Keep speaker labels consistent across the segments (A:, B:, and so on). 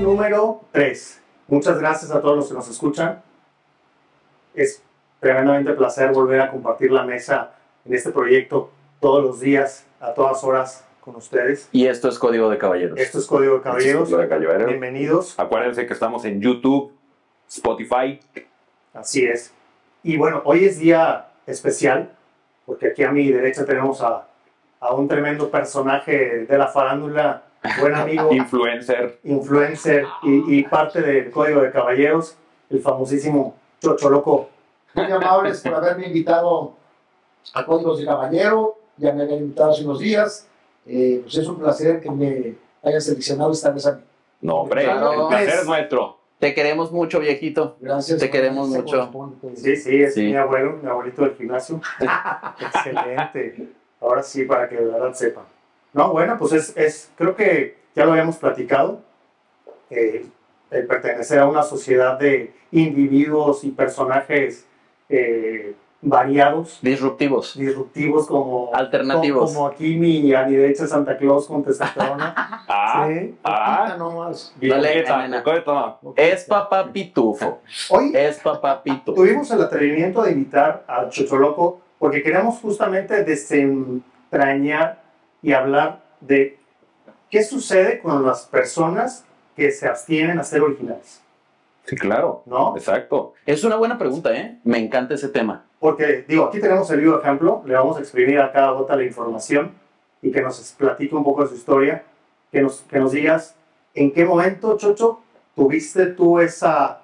A: número 3. Muchas gracias a todos los que nos escuchan. Es tremendamente placer volver a compartir la mesa en este proyecto todos los días, a todas horas con ustedes.
B: Y esto es Código de Caballeros.
A: Esto es Código de Caballeros.
C: Código de Caballeros.
A: Bienvenidos.
C: Acuérdense que estamos en YouTube, Spotify.
A: Así es. Y bueno, hoy es día especial, porque aquí a mi derecha tenemos a, a un tremendo personaje de la farándula, buen amigo,
C: Influencer.
A: influencer y, y parte del Código de Caballeros, el famosísimo Chocho Loco.
D: Muy amables por haberme invitado a Códigos de Caballero. Ya me habían invitado hace unos días. Eh, pues es un placer que me hayan seleccionado esta vez a mí.
C: No, hombre,
B: Claro.
C: el placer es nuestro.
B: Te queremos mucho, viejito.
D: Gracias.
B: Te queremos
D: Este
B: mucho.
D: corresponde.
A: Sí, sí, es
B: Sí.
A: mi abuelo, mi abuelito del gimnasio. Excelente. Ahora sí, para que de verdad sepan. No, bueno, pues es, es creo que ya lo habíamos platicado, eh, el pertenecer a una sociedad de individuos y personajes eh, variados,
B: Disruptivos.
A: disruptivos como...
B: Alternativos.
A: Como, como aquí mi a mi derecha Santa Claus con testosterona.
C: Ah,
A: Sí.
C: ah.
D: Ah, no más.
B: Dale,
C: Violeta,
B: nena.
C: coqueta.
B: Es papá pitufo.
A: Hoy
B: Es papá pitufo.
A: Tuvimos el atrevimiento de invitar a Chocholoco porque queremos justamente desentrañar y hablar de qué sucede con las personas que se abstienen a ser originales,
C: Sí, claro.
A: ¿no?
C: Exacto.
B: Es una buena pregunta, ¿eh? Me encanta ese tema.
A: Porque, digo, aquí tenemos el vivo ejemplo, le vamos a exprimir a cada gota la información y que nos platique un poco de su historia, que nos, que nos digas en qué momento, Chocho, tuviste tú esa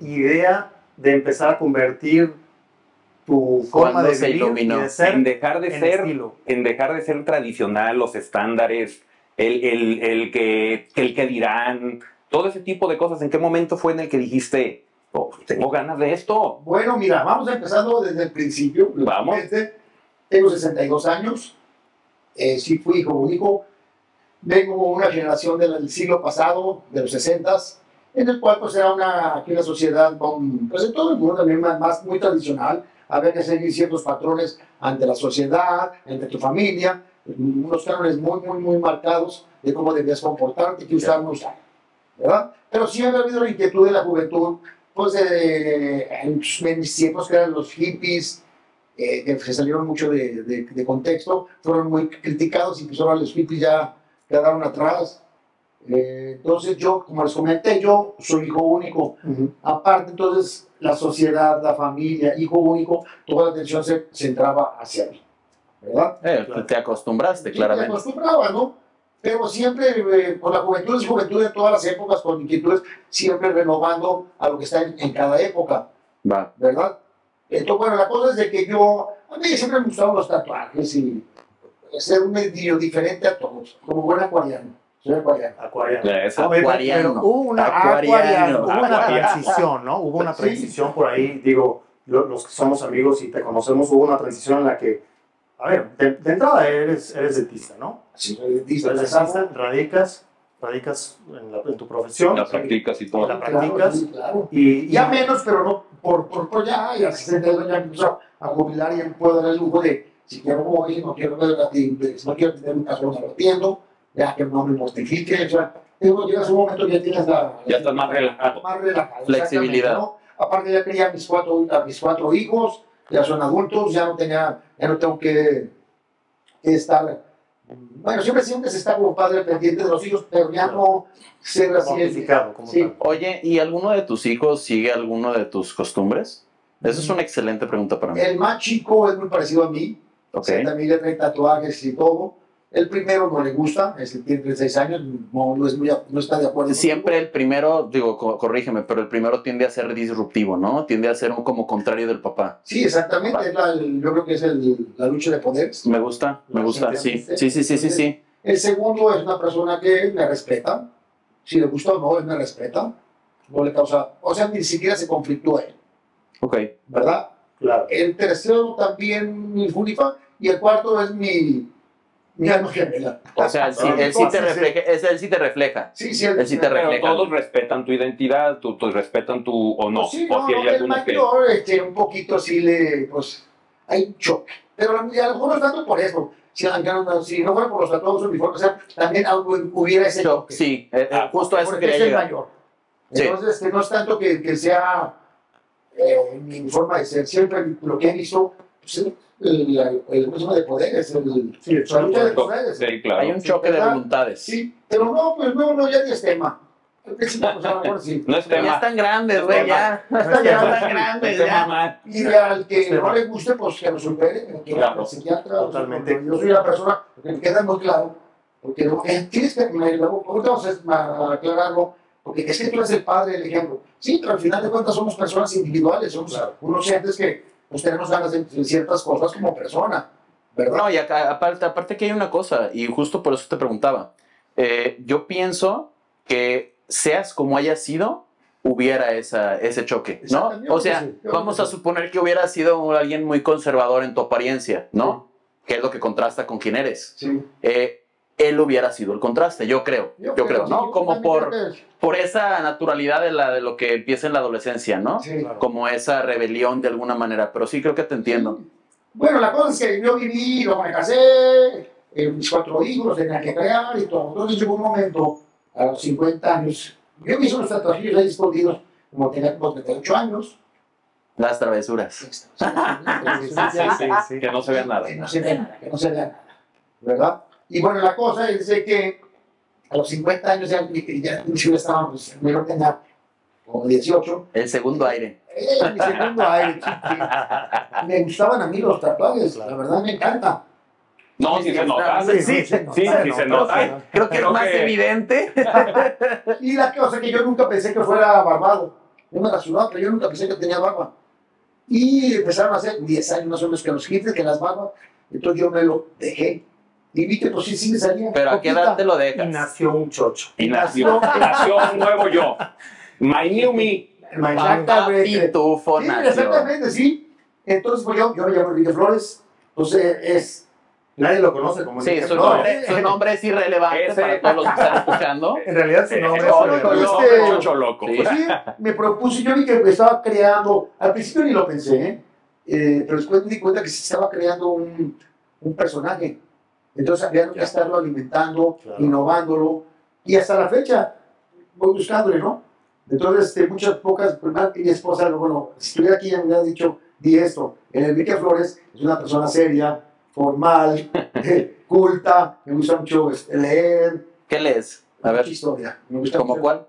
A: idea de empezar a convertir tu forma
B: Cuando
A: de
B: se
A: vivir
B: iluminó.
A: y de ser
C: En dejar de
A: en
C: ser
A: estilo.
C: en dejar de ser tradicional, los estándares, el, el- el que, el que dirán, todo ese tipo de cosas. ¿En qué momento fue en el que dijiste, "Oh, tengo ganas de esto?
D: Bueno, mira, vamos empezando desde el principio.
C: Vamos.
D: Este, Tengo 62 años. Eh, sí fui hijo único. Vengo de una generación del, del siglo pasado, de los 60 en el cual pues era una, aquí una sociedad, con, pues en todo el mundo también más, más muy tradicional. Había que seguir ciertos patrones ante la sociedad, ante tu familia, unos cánones muy, muy, muy marcados de cómo debías comportarte, qué usar, no usar. ¿Verdad? Pero sí había habido la inquietud de la juventud pues eh, en, en mis tiempos que eran los hippies, eh, que se salieron mucho de, de- de contexto, fueron muy criticados y pues ahora los hippies ya quedaron atrás. Eh, entonces yo, como les comenté, yo soy hijo único. Aparte, entonces la sociedad, la familia, hijo único, toda la atención se centraba hacia mí, ¿verdad?
B: Eh,
A: Claro.
B: Te acostumbraste,
D: Sí, Te
B: claramente.
D: acostumbrabas, ¿no? Pero siempre, eh, por la juventud es juventud de todas las épocas, con inquietudes, siempre renovando a lo que está en- en cada época.
B: Va.
D: ¿verdad? Entonces, bueno, la cosa es de que yo, a mí siempre me gustaron los tatuajes y ser un medio diferente a todos, como buen acuariano. Soy acuariano.
A: Acuariano.
C: Eso.
A: Oye, pero-
B: Acuariano.
A: pero uh. hubo una,
B: Acuariano.
A: acuariano, hubo una
C: Acuariano.
A: transición, ¿no? Hubo una
D: Sí.
A: transición por ahí, digo, lo- los que somos amigos y te conocemos, hubo una transición en la que, a ver, de, de entrada eres, eres dentista, ¿no?
D: Sí, soy dentista,
A: Eres dentista, radicas, radicas en, la- en tu profesión
C: La practicas y todo.
A: La- practicas.
D: sí, claro.
A: y, y-
D: Ya menos, pero no, por, por, por ya, ya 60 años ya empiezo a jubilar y ya me puedo dar el lujo de, si quiero voy, no quiero, ver la tele, no quiero tener un cajón ardiendo, ya que no me mortifique, o sea, digo, llegas a un momento que ya tienes la...
C: Ya estás más relajado.
D: más relajado.
B: Flexibilidad.
D: exactamente, ¿no? Aparte ya tenía a mis cuatro, a mis cuatro hijos, ya son adultos, ya no tenía, ya no tengo que, que estar. Bueno, siempre siempre se está como padre pendiente de los hijos, pero ya no ser así. es-
A: mortificado como
D: Sí.
A: tal.
B: Oye, ¿y alguno de tus hijos sigue alguno de tus costumbres? Esa
A: Mm.
B: es una excelente pregunta
A: Eh,
B: para mí.
D: El más chico es muy parecido a mí,
B: Ok.
D: también ya trae tatuajes y todo. El primero no le gusta, es el tiene 36 años, no, no es muy a- no está de acuerdo.
B: Siempre el primero, digo, co- corrígeme, pero el primero tiende a ser disruptivo, ¿no? Tiende a ser un como contrario del papá.
D: Sí, exactamente, es la- el- yo creo que es el- la lucha de poderes.
B: Me gusta, me gusta, sí. Sí, sí, sí, sí, sí.
D: El segundo es una persona que me respeta. Si le gusta o no, él me respeta. No le causa. O sea, ni siquiera se conflictúa él,
B: Ok.
D: ¿verdad?
A: Claro.
D: El tercero también mi Julifa. Y el cuarto es mi. Mi alma gemela.
B: O sea, él sí,
D: ah,
B: él sí te refleja, es- él sí te refleja.
D: Sí, sí, el,
B: Él sí te
D: no,
C: Pero
B: refleja.
C: todos respetan tu identidad, tú, tú respetan tu o no.
D: Pues sí,
C: o
D: no,
C: si
D: no,
C: hay
D: el
C: algunos que.
D: mayor, este, un poquito sí le. Pues hay un choque. Pero a lo mejor no es tanto por eso. si, aunque no- si no fuera por los tatuajes uniformes, o sea, también algo hubiera ese choque. Ah,
B: Sí, eh, eh, justo a eso
D: Porque
B: quería
D: es el
B: llegar.
D: mayor.
B: Sí.
D: Entonces, que no es tanto que, que sea eh, mi forma de ser, siempre lo que he visto, pues, el, el, el mismo de poderes, el,
A: Sí, el
D: la lucha de
A: choque.
D: poderes.
C: Sí, claro.
B: Hay un choque de
D: ¿verdad?
B: voluntades.
D: Sí, pero no, pues no, no, ya ni es tema. Es una cosa, a lo mejor sí.
C: No es
B: Pero ya
C: tema.
B: están grandes, güey, ya. Ya
D: Está
B: están
D: ya.
B: grandes,
C: no es
B: ya.
C: tema.
D: Y al que
A: Tema.
D: no le guste, pues que lo supere, que vaya
C: Claro.
D: al psiquiatra.
A: Totalmente.
D: Yo soy la persona que me queda muy claro, porque luego, eh, tienes que, me, luego, ahorita vamos a- a aclararlo, porque es que tú eres el padre del ejemplo. Sí, pero al final de cuentas somos personas individuales, somos unos entes que pues, tenemos ganas de, de ciertas cosas como persona, ¿verdad?
B: No, y acá, aparte, aparte que hay una cosa, y justo por eso te preguntaba. Eh, yo pienso que seas como haya sido, hubiera esa, ese choque, ¿no?
D: Exactamente,
B: O sea,
D: sí, yo
B: vamos
D: creo
B: a
D: que sí.
B: suponer que hubiera sido alguien muy conservador en tu apariencia, ¿no? Que es lo que contrasta con quién eres.
D: Sí.
B: Eh, él hubiera sido el contraste, yo creo, yo, creo,
D: sí,
B: ¿no?
D: yo
B: Como
D: también
B: por,
D: creo que-
B: por esa naturalidad de, la, de lo que empieza en la adolescencia, ¿no?
D: sí.
A: Claro.
B: Como esa rebelión de alguna manera, pero sí creo que te entiendo.
D: Bueno, la cosa es que yo viví, luego me casé, eh, mis cuatro hijos, tenía que crear y todo. Entonces llegó un momento, a los 50 años, yo me hice unos tatuajes ahí escondidos, como tenía como 38 años.
B: Las travesuras.
A: Sí,
D: Entonces,
A: sí,
D: ya-
A: sí, sí.
C: Que no se vea nada.
D: que no se vea nada, que no se vea nada, ¿verdad? Y bueno, la cosa es de que a los 50 años ya, ya, yo estaba, pues, yo tenía como 18,
B: El segundo aire.
D: eh, mi segundo aire, chiqui. Me gustaban a mí los tatuajes, la verdad me encanta.
C: No, si se nota.
B: Sí, sí,
C: sí, sí, se nota.
B: Creo que
C: Creo
B: es más
C: que-
B: evidente.
D: Y la cosa que yo nunca pensé que fuera barbado. Yo me rasuraba, pero yo nunca pensé que tenía barba. Y empezaron a hacer 10 años más o menos que los hipsters, que las barbas. Entonces yo me lo dejé. Y vi que pues sí, sí me salía.
B: Pero a qué edad te lo
A: Y
B: dejas.
A: nació un chocho.
C: Y nació, nació un nuevo yo. My new me.
B: Papá pitufo
D: Sí,
B: nació.
D: exactamente, sí. Entonces pues yo, yo me llamo Enrique Flores. Entonces es...
A: Nadie lo conoce como
B: Sí,
A: Enrique
B: su
A: Flores.
B: nombre, su nombre es irrelevante
C: Ese-
B: para todos los que están escuchando.
A: En realidad
C: Eh,
A: su nombre es
D: no,
A: Oliver.
D: no,
C: Chocho
D: no.
C: loco,
D: este-
C: chocho loco.
B: Sí.
D: Pues sí, me propuse, yo vi que estaba creando, al principio ni lo pensé, ¿eh? Eh, pero después me di cuenta que se estaba creando un, un personaje. Entonces había que
B: Ya.
D: estarlo alimentando,
A: Claro.
D: innovándolo, y hasta la fecha voy buscándole, ¿no? Entonces, este, muchas pocas, primero, mi esposa, bueno, si estuviera aquí ya me hubiera dicho, di esto, Enrique Flores es una persona seria, formal, culta, me gusta mucho este, leer,
B: ¿Qué lees? A ver,
D: mucha historia, me gusta
B: ¿como
D: mucho-
B: cuál?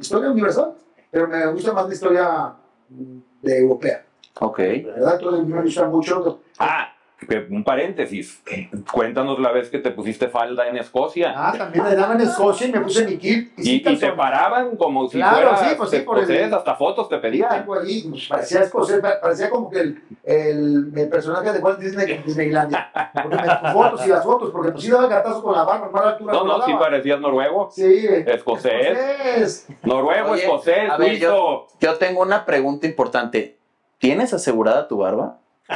D: historia universal, pero me gusta más la historia mm, de europea,
B: Ok.
D: ¿verdad? Entonces me gusta mucho.
C: Ah, que- un paréntesis. Eh, Cuéntanos la vez que te pusiste falda en Escocia.
D: Ah, también me daban en Escocia y me puse mi kit.
C: y, y te
D: calzones.
C: paraban como si
D: Claro,
C: fueras
D: sí, pues sí, por el-
C: escocés, hasta fotos te pedían.
D: Algo ahí, pues, parecía escocés, pa- parecía como que el, el, el personaje de Walt Disney Disneylandia. Porque me fotos y las fotos, porque pues sí daba gatazo con la barba, más altura.
C: No, no,
D: la
C: sí
D: daba.
C: parecías noruego.
D: Sí, pues, eh,
C: Escocés,
D: escocés.
C: noruego,
B: Oye,
C: escocés,
B: a ver,
C: suizo.
B: Yo tengo una pregunta importante. ¿Tienes asegurada tu barba?
D: Y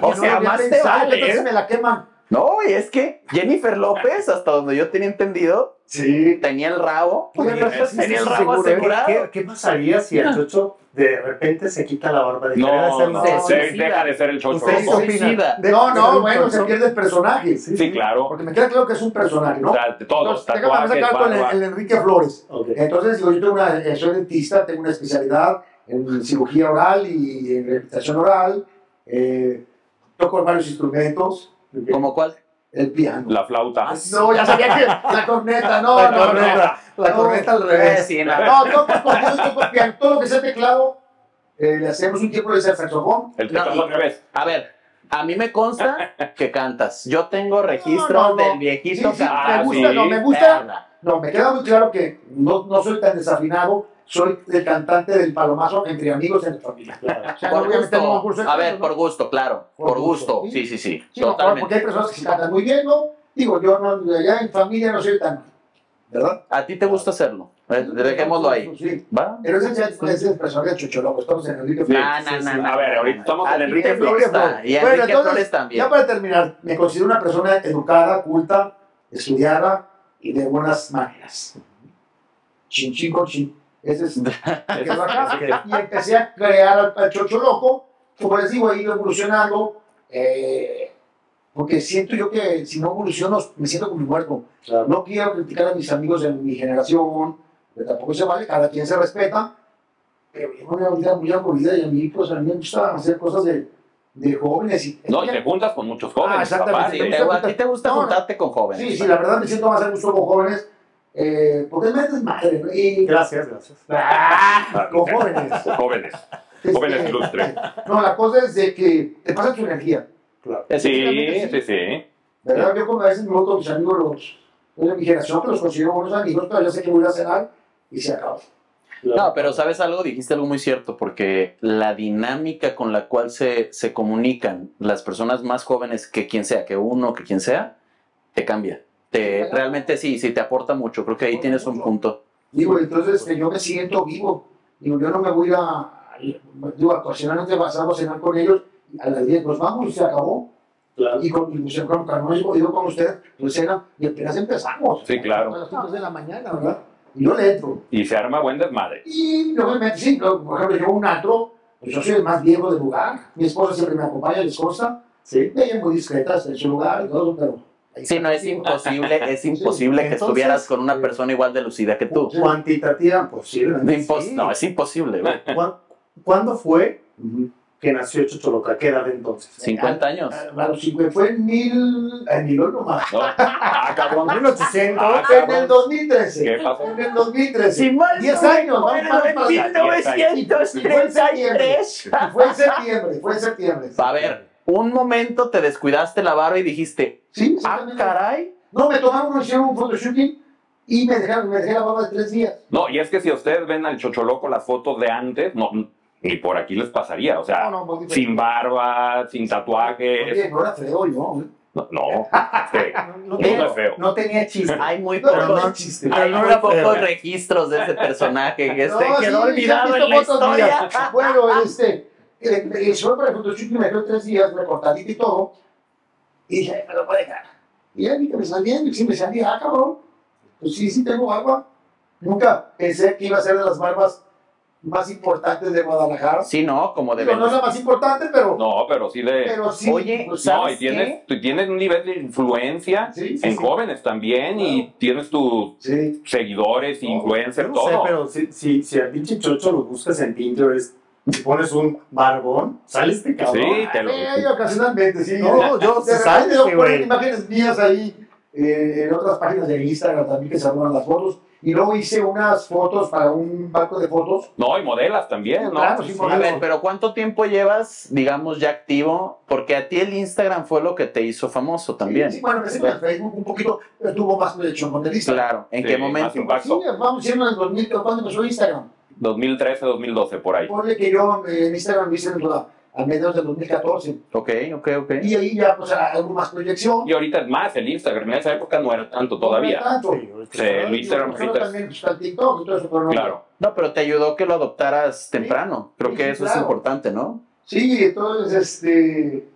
D: no lo había
B: más te
D: pensado,
B: vale,
D: ¿qué tal si
B: ¿eh?
D: me la queman.
B: No, y es que Jennifer López, hasta donde yo tenía entendido,
A: Sí.
B: tenía el rabo.
A: Oye, sí,
B: Tenía el
A: sí,
B: rabo
A: seguro, ¿eh?
B: asegurado.
A: ¿Qué, qué pasaría si el chocho de repente se quita la barba? de
C: No, no,
B: se
C: de-
B: suicida.
C: deja de ser el chocho
A: ¿Ustedes
C: loco.
A: qué
B: Suicida.
A: opinan? De-
D: No,
A: de-
D: no, bueno, se
A: de-
D: pierde el personaje.
A: Sí.
C: Sí, claro.
D: Porque me queda claro que es un personaje, ¿no?
C: O sea, de todos,
D: Entonces, déjame
C: tatuajes,
D: empezar con el-
C: barba.
D: el Enrique Flores.
A: Ok.
D: Entonces, digo, yo tengo una, eh, soy dentista, tengo una especialidad en cirugía oral y en rehabilitación oral. eh, toco varios instrumentos,
B: ¿Como cuál?
D: el piano.
C: La flauta.
D: Ah, No, ya sabía que la corneta, no,
A: La
D: no, no,
A: corneta, la
D: No.
A: corneta al
B: Eh,
A: revés.
B: sí, no.
D: no. No, toco conjunto, toco piano, todo lo que sea teclado, eh, le hacemos un tiempo de hacer saxofón.
C: El teclado
B: No.
C: al revés.
B: A ver, a mí me consta que cantas. Yo tengo registro
D: No, no, no.
B: del viejito Ah,
D: Sí, sí,
B: cantando.
D: me gusta,
C: sí.
D: no, me gusta. No, me queda muy claro que no, no soy tan desafinado, soy el cantante del palomazo entre amigos y en la familia.
A: Claro.
D: O sea, no
B: Por
D: voy a meterme en un
B: gusto.
D: concurso de
B: A ver,
D: canto, ¿no?
B: por gusto, claro.
D: Por
B: Por gusto.
D: gusto,
B: Sí, sí, sí.
D: Sí, no,
B: Totalmente.
D: porque hay personas que se cantan muy bien, ¿no? Digo, yo no, allá en familia no soy tan. ¿Verdad?
B: A ti te gusta hacerlo. Eh, Dejémoslo ahí.
D: Sí.
B: ¿Va?
D: Pero ese es el- es el personaje de Chucholoco, estamos en el libro.
B: Na, na,
A: sí,
B: na,
A: sí.
B: na,
C: A ver,
B: na,
C: ahorita
B: na.
C: estamos
B: A
C: en
B: ti
C: Enrique
B: te
C: Flores.
B: gusta, Y a
D: Bueno,
B: Enrique
D: entonces,
B: Flores también.
D: Ya para terminar, me considero una persona educada, culta, estudiada y de buenas maneras. Chin, chin, con chin. Ese es. me quedo acá. y empecé a crear al, al Chocho Loco, como les digo, he ido evolucionando. eh, Porque siento yo que si no evoluciono, me siento como muerto.
A: Claro.
D: No quiero criticar a mis amigos de mi generación, que tampoco se vale, cada quien se respeta, pero yo me voy a muy aburrida y a mí, pues, a mí me gusta hacer cosas de, de jóvenes. Y,
C: No, y te juntas con muchos jóvenes.
D: Ah, exactamente,
C: aparte.
B: Te- a ti te gusta
D: No, no.
B: juntarte con jóvenes.
D: Sí, sí, la verdad me siento más a gusto con jóvenes, eh, porque me desmadre, ¿no? Y
A: Gracias, gracias.
C: Ah,
D: con jóvenes.
C: Jóvenes,
D: Este,
C: jóvenes ilustres.
D: no, la cosa es de que te pasa tu energía.
A: Claro.
B: Es-
C: Sí, sí, sí.
D: ¿Verdad? Yo cuando a veces me voy con mis amigos los, los de mi generación, que los considero buenos amigos, pero yo sé que voy a ir a cenar y se acabó.
B: No, pero sabes algo, dijiste algo muy cierto, porque la dinámica con la cual se, se comunican las personas más jóvenes, que quien sea, que uno, que quien sea, te cambia. Te, realmente sí, sí, te aporta mucho. Creo que ahí tienes un punto.
D: Digo, entonces que yo me siento vivo. Digo, yo no me voy a. Digo, ocasionalmente pasamos a cenar con ellos, a las 10 nos vamos y se acabó.
A: Claro.
D: Y con, y con, con, con, yo, yo con usted, pues cena, y apenas empezamos.
C: Sí, claro.
D: A las 3 de la mañana, ¿verdad? Y yo le entro.
C: Y se arma buen desmadre.
D: Y obviamente, sí, yo, por ejemplo, yo un antro, pues yo soy el más viejo del lugar. Mi esposa siempre me acompaña, les consta.
A: Sí.
D: Ella es muy discreta, está en su lugar y todo, pero. ahí
B: Sí, no, es
D: está.
B: imposible, es imposible que
A: Entonces,
B: estuvieras con una
A: eh,
B: persona igual de lucida que tú.
A: Cuantitativa posible.
B: De impos-
A: Sí.
B: No, es imposible, güey.
A: ¿Cuán- ¿Cuándo fue
D: Ujú.
A: que nació Chocholoca? ¿Qué edad de entonces?
B: 50 años.
D: A los 50 pues, fue en mil. En mil ocho más.
C: ¿no? Ah, cabrón.
A: 1800.
C: Ah,
D: En
C: cabrón.
D: el 2013.
C: ¿Qué pasó?
D: En el 2013.
B: mal
D: 10 años, vamos vamos para allá. Y Fue en septiembre, fue en septiembre.
B: A ver, un momento te descuidaste la barba y dijiste,
D: Sí,
B: ah,
D: exactamente.
B: caray.
D: No, me tomaron, me hicieron un photoshooting y me dejaron, me dejé la barba de tres días.
C: No, y es que si ustedes ven al Chocholoco las fotos de antes, no, ni por aquí les pasaría. O
B: Ah,
C: sea,
D: no, muy diferente.
C: sin barba, sin tatuajes.
D: Oye, no era feo yo. ¿eh?
C: No, no. este,
A: No, no
C: Uno
A: tenía,
C: es feo.
A: no tenía chiste.
B: Hay muy
D: No, no,
B: pocos,
D: no existe.
B: hay
A: no
B: muy
A: era
B: pocos
A: feo.
B: registros de ese personaje que se
D: No,
B: quedó
D: sí,
B: olvidado
D: ya he
B: en la
D: visto fotos
B: historia.
D: mías. Bueno, este, eh, eh, yo para el photoshooting me quedó tres días, recortadito y todo. Y dije, "Ay, me lo voy a dejar. Y ya vi que me salía, y sí me salía, ah, cabrón. Pues sí, sí tengo barba. Nunca pensé que iba a ser de las barbas más importantes de Guadalajara.
B: Sí, no, como de
D: Digo, no es la
B: verdad.
D: más importante, pero,
C: No, pero sí le.
D: pero sí.
B: Oye,
D: pues,
C: No,
B: ¿sabes
C: y tienes, tú tienes un nivel de influencia
D: sí, sí,
C: en
D: sí.
C: jóvenes también y tienes tus
D: Sí.
C: seguidores,
A: No,
C: influencers,
A: yo no sé,
C: todo.
A: pero si, si, si al pinche Chocho lo buscas en Pinterest y pones un barbón, sales de cabrón.
C: Sí, te lo.
D: Eh, ocasionalmente, sí.
A: No, yo se
D: De repente
A: sale,
D: yo ponen
A: güey.
D: imágenes mías ahí eh, en otras páginas de Instagram también que se arman las fotos. Y luego hice unas fotos para un banco de fotos.
C: No, y modelas también, ¿no?
D: Claro, sí, por
B: A
D: algo.
B: ver, pero ¿cuánto tiempo llevas, digamos, ya activo? Porque a ti el Instagram fue lo que te hizo famoso también.
D: Sí, bueno, empecé con el Facebook un poquito, pero tuvo más proyección con el Instagram.
B: Claro, ¿en
C: Sí,
B: qué
C: más
B: momento?
C: impacto.
D: Sí, vamos siendo en el 2000, pero ¿cuándo empezó Instagram?
C: 2013, 2012, por ahí.
D: Ponle que yo eh, en Instagram lo hice en la- a mediados del 2014.
B: Ok, ok, ok.
D: Y ahí ya, pues, algo más proyección.
C: Y ahorita es más el Instagram. En esa época no era tanto todavía.
D: No tanto.
A: Sí,
C: Sí. el Instagram
D: Pero
C: ahorita es-
D: también pues, está el TikTok, entonces, pero no-
C: Claro.
B: No, pero te ayudó que lo adoptaras temprano. Creo
D: sí,
B: que eso es
D: claro.
B: importante, ¿no?
D: Sí, entonces, este,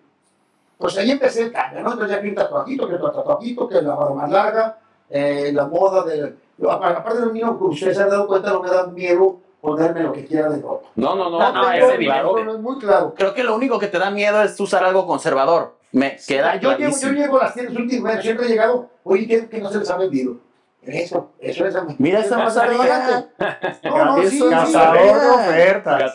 D: pues ahí empecé el cambio, ¿no? Entonces ya que un tatuajito, que otro tatuajito, que la barba más larga, eh, la moda del... yo, a- Aparte del mío, que ustedes se han dado cuenta, no me da miedo ponerme lo que quiera de ropa.
C: No, no, no,
B: Ah,
C: no,
B: ah,
C: es
B: ese
D: claro,
C: evidente.
D: no, es muy claro.
B: Creo que lo único que te da miedo es usar algo conservador. Me queda
D: yo, llego, yo
B: clarísimo.
D: llego a las tiendas últimas, siempre he llegado, oye, ¿qué, qué no se les ha vendido? Eso, eso es...
B: Mira esa mascarilla.
D: No, no, sí, sí.
A: Cazador de
B: Ah.
A: ofertas.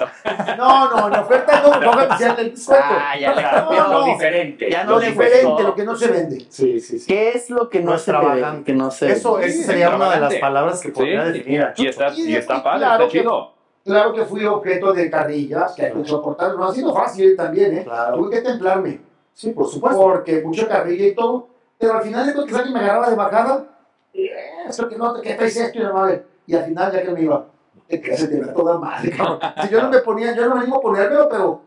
D: No, no, la oferta no, no, oficial del descuento.
B: Ah, ya le cambió
D: no,
B: lo
D: no,
B: diferente. Ya
D: lo
B: no le
D: diferente,
B: gustó.
D: lo que no se vende.
A: Sí, sí, sí.
B: ¿Qué es lo que no,
A: No es
B: se te ve?
A: trabajante.
B: Que no se
A: Eso,
D: Sí,
A: esa sería una de las
C: trabajante.
A: palabras que podría
C: Sí.
A: definir a
C: Y
A: Chocho.
C: está, y está padre,
D: Claro
C: está
D: que-
C: chido.
D: Claro que fui objeto de carrillas, que hay que soportar, no ha sido fácil también, ¿eh?
A: Claro.
D: Tuve que templarme,
A: Sí, por supuesto.
D: porque mucha carrilla y todo, pero al final de cuentas alguien me agarraba de bajada, y, eh, esto que no, que traes esto y la madre, y al final ya que me iba, te que se te ve toda madre, cabrón. Si yo no me ponía, yo no me animo a ponérmelo, pero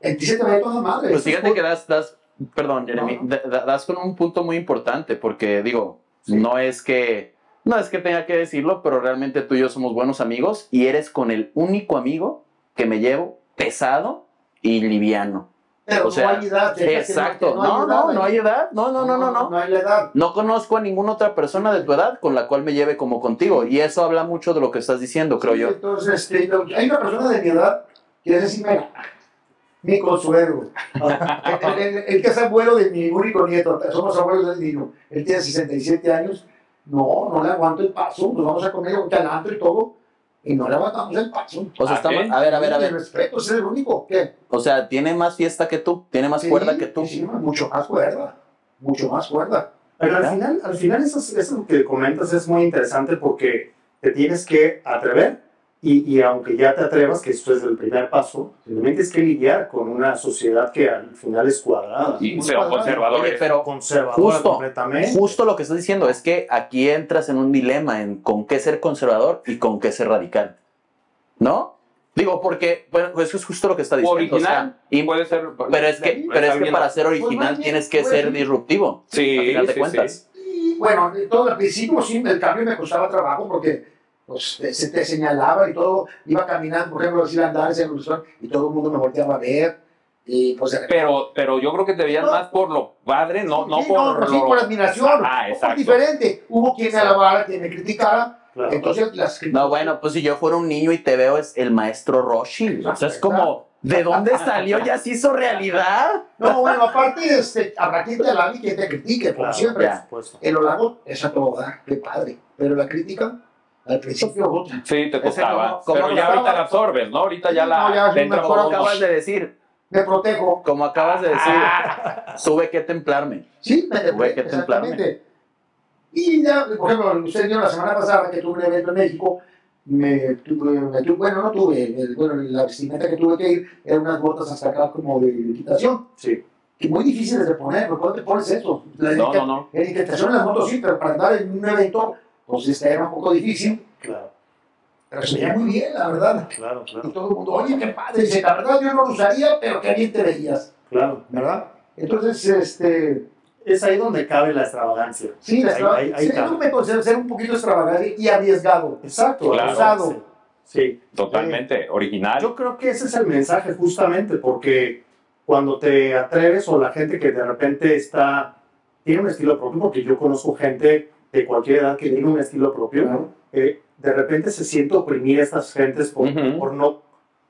D: en ti se te ve toda madre.
B: Pues fíjate que das, das perdón, Jeremy,
D: no.
B: da- da- das con un punto muy importante, porque digo,
D: Sí.
B: no es que no es que tenga que decirlo, pero realmente tú y yo somos buenos amigos y eres con el único amigo que me llevo pesado y liviano.
D: Pero
B: o sea,
D: no hay edad. fíjate que
B: Exacto.
D: que
B: No,
D: edad,
B: no, no hay edad. No, no, no, no, no.
D: No hay la edad.
B: No conozco a ninguna otra persona de tu edad con la cual me lleve como contigo. Y eso habla mucho de lo que estás diciendo, creo
D: Sí,
B: yo.
D: Entonces, este, lo- hay una persona de mi edad que es decirme, mi consuegro. el, el- el que es abuelo de mi único nieto, somos abuelos del niño, él tiene 67 años. No, no le aguanto el paso, nos vamos a comer un canastro y todo, y no le aguantamos el paso.
B: O sea,
C: Ah,
B: está
C: ¿qué?
B: más- a ver, a ver, a
D: Mi
B: ver.
D: respeto, ese es el único. ¿Qué?
B: O sea, tiene más fiesta que tú, tiene más
D: Sí,
B: cuerda que tú.
D: sí, mucho más cuerda, mucho más cuerda.
A: Pero al
B: ¿Ya?
A: final, al final eso, es- eso que comentas es muy interesante porque te tienes que atrever y, y aunque ya te atrevas, que esto es el primer paso, también tienes que lidiar con una sociedad que al final es cuadrada,
C: Y
D: Muy
C: pero
D: padre.
B: Oye,
C: conservadores.
B: pero
A: conservadora
B: Justo,
A: completamente.
B: justo lo que estás diciendo es que aquí entras en un dilema en con qué ser conservador y con qué ser radical. ¿No? Digo, porque, bueno, pues eso es justo lo que está
C: O
B: diciendo. o sea,
C: original. Pues,
B: y-
C: puede ser.
B: pero es que, pero es que para ser
D: Pues
B: original
D: más bien,
B: tienes que
D: pues
B: ser
D: sí.
B: disruptivo.
C: Sí,
B: a final
C: sí,
B: de
C: sí.
B: cuentas.
D: Y bueno, todo al principio sí, el cambio me costaba trabajo porque pues, te- se te señalaba y todo. Iba caminando, por ejemplo, los Andares en el restaurante y todo el mundo me volteaba a ver. Y pues. de-
C: Pero, pero yo creo que te veían
D: No.
C: más por lo padre, no, no
D: sí,
C: por.
D: pues, sí,
C: lo-
D: por admiración.
C: Ah,
D: Fue
C: exacto.
D: diferente. Hubo quien me alabara, quien me criticara.
A: Claro.
D: Entonces las
B: No, bueno, pues si yo fuera un niño y te veo es el maestro Roshi. O sea, es como, ¿de dónde salió? ¿Ya se hizo realidad?
D: No, bueno, aparte este, habrá quien te alabe y quien te critique, como
A: Claro,
D: siempre.
B: ya.
A: por supuesto.
D: El halago es a todo dar, qué padre. Pero la crítica, al principio, otra.
C: Sí, te costaba.
B: como-
C: pero
B: como
C: ya
B: estaba-
C: ahorita la absorbes, ¿no? Ahorita ya la.
D: No, ya es
C: te
D: un
C: entra
B: Como
D: mejor
C: por un-
B: acabas de decir,
D: Me protejo.
B: como acabas de decir,
C: Ah.
B: tuve que templarme.
D: Sí, me
B: Tuve que
D: exactamente. Y ya, por ejemplo, usted vio la semana pasada que tuve un evento en México, me, tuve, me tuve- bueno, no tuve, el- bueno, la vestimenta que tuve que ir eran unas botas hasta acá como de equitación,
A: Sí.
D: que muy difíciles de poner, pero ¿cuándo te pones eso? La
C: No,
D: etiqueta-
C: no, no.
D: En equitación en las motos sí, pero para andar en un evento, pues este era un poco difícil,
A: Claro,
D: pero se veía muy bien, la verdad.
A: claro,
D: Y
A: claro,
D: todo el mundo, oye, qué padre, dice, la verdad yo no lo usaría, pero qué bien te veías,
A: claro.
D: ¿verdad? Entonces, este...
A: Es ahí donde cabe la extravagancia.
D: Sí, la
A: Ahí-
D: extrava-
A: ahí- ahí
D: sí,
A: está.
D: yo me considero ser un poquito extravagante y arriesgado.
A: Exacto,
C: Claro.
A: abusado. Sí.
C: Totalmente original.
A: Yo creo que ese es el mensaje justamente, porque cuando te atreves o la gente que de repente está, tiene un estilo propio, porque yo conozco gente de cualquier edad que tiene un estilo propio, eh, de repente se siente oprimir a estas gentes por,
C: Ujú.
A: por no,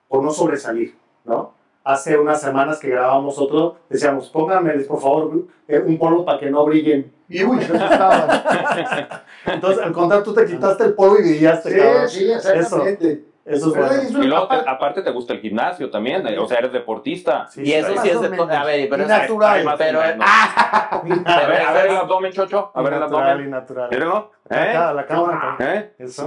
A: por no sobresalir, ¿no? Hace unas semanas que grabamos otro, decíamos, pónganmeles por favor eh, un polvo para que no brillen.
D: Y uy, yo estaba.
A: Entonces, al contrario, tú te quitaste el polvo y brillaste,
D: sí,
A: cabrón.
D: sí, exactamente.
A: Eso es
D: Pero
A: bueno.
D: es
C: Y
D: una
C: luego, te-
D: parte
C: aparte, te gusta el gimnasio también. eh, O sea, eres deportista.
A: Sí,
B: Y eso
A: claro.
B: sí es de...
D: Más o menos.
B: A ver, pero...
D: Natural.
C: Ay, más o
B: Pero-
C: menos. a,
B: pero
C: ver, a ver el
B: eso es-
C: abdomen, chocho. A ver el
A: natural
C: abdomen.
A: y natural.
C: Mírenlo. ¿Eh?
A: Acá, la cámara.
C: ¿Eh?
A: Eso.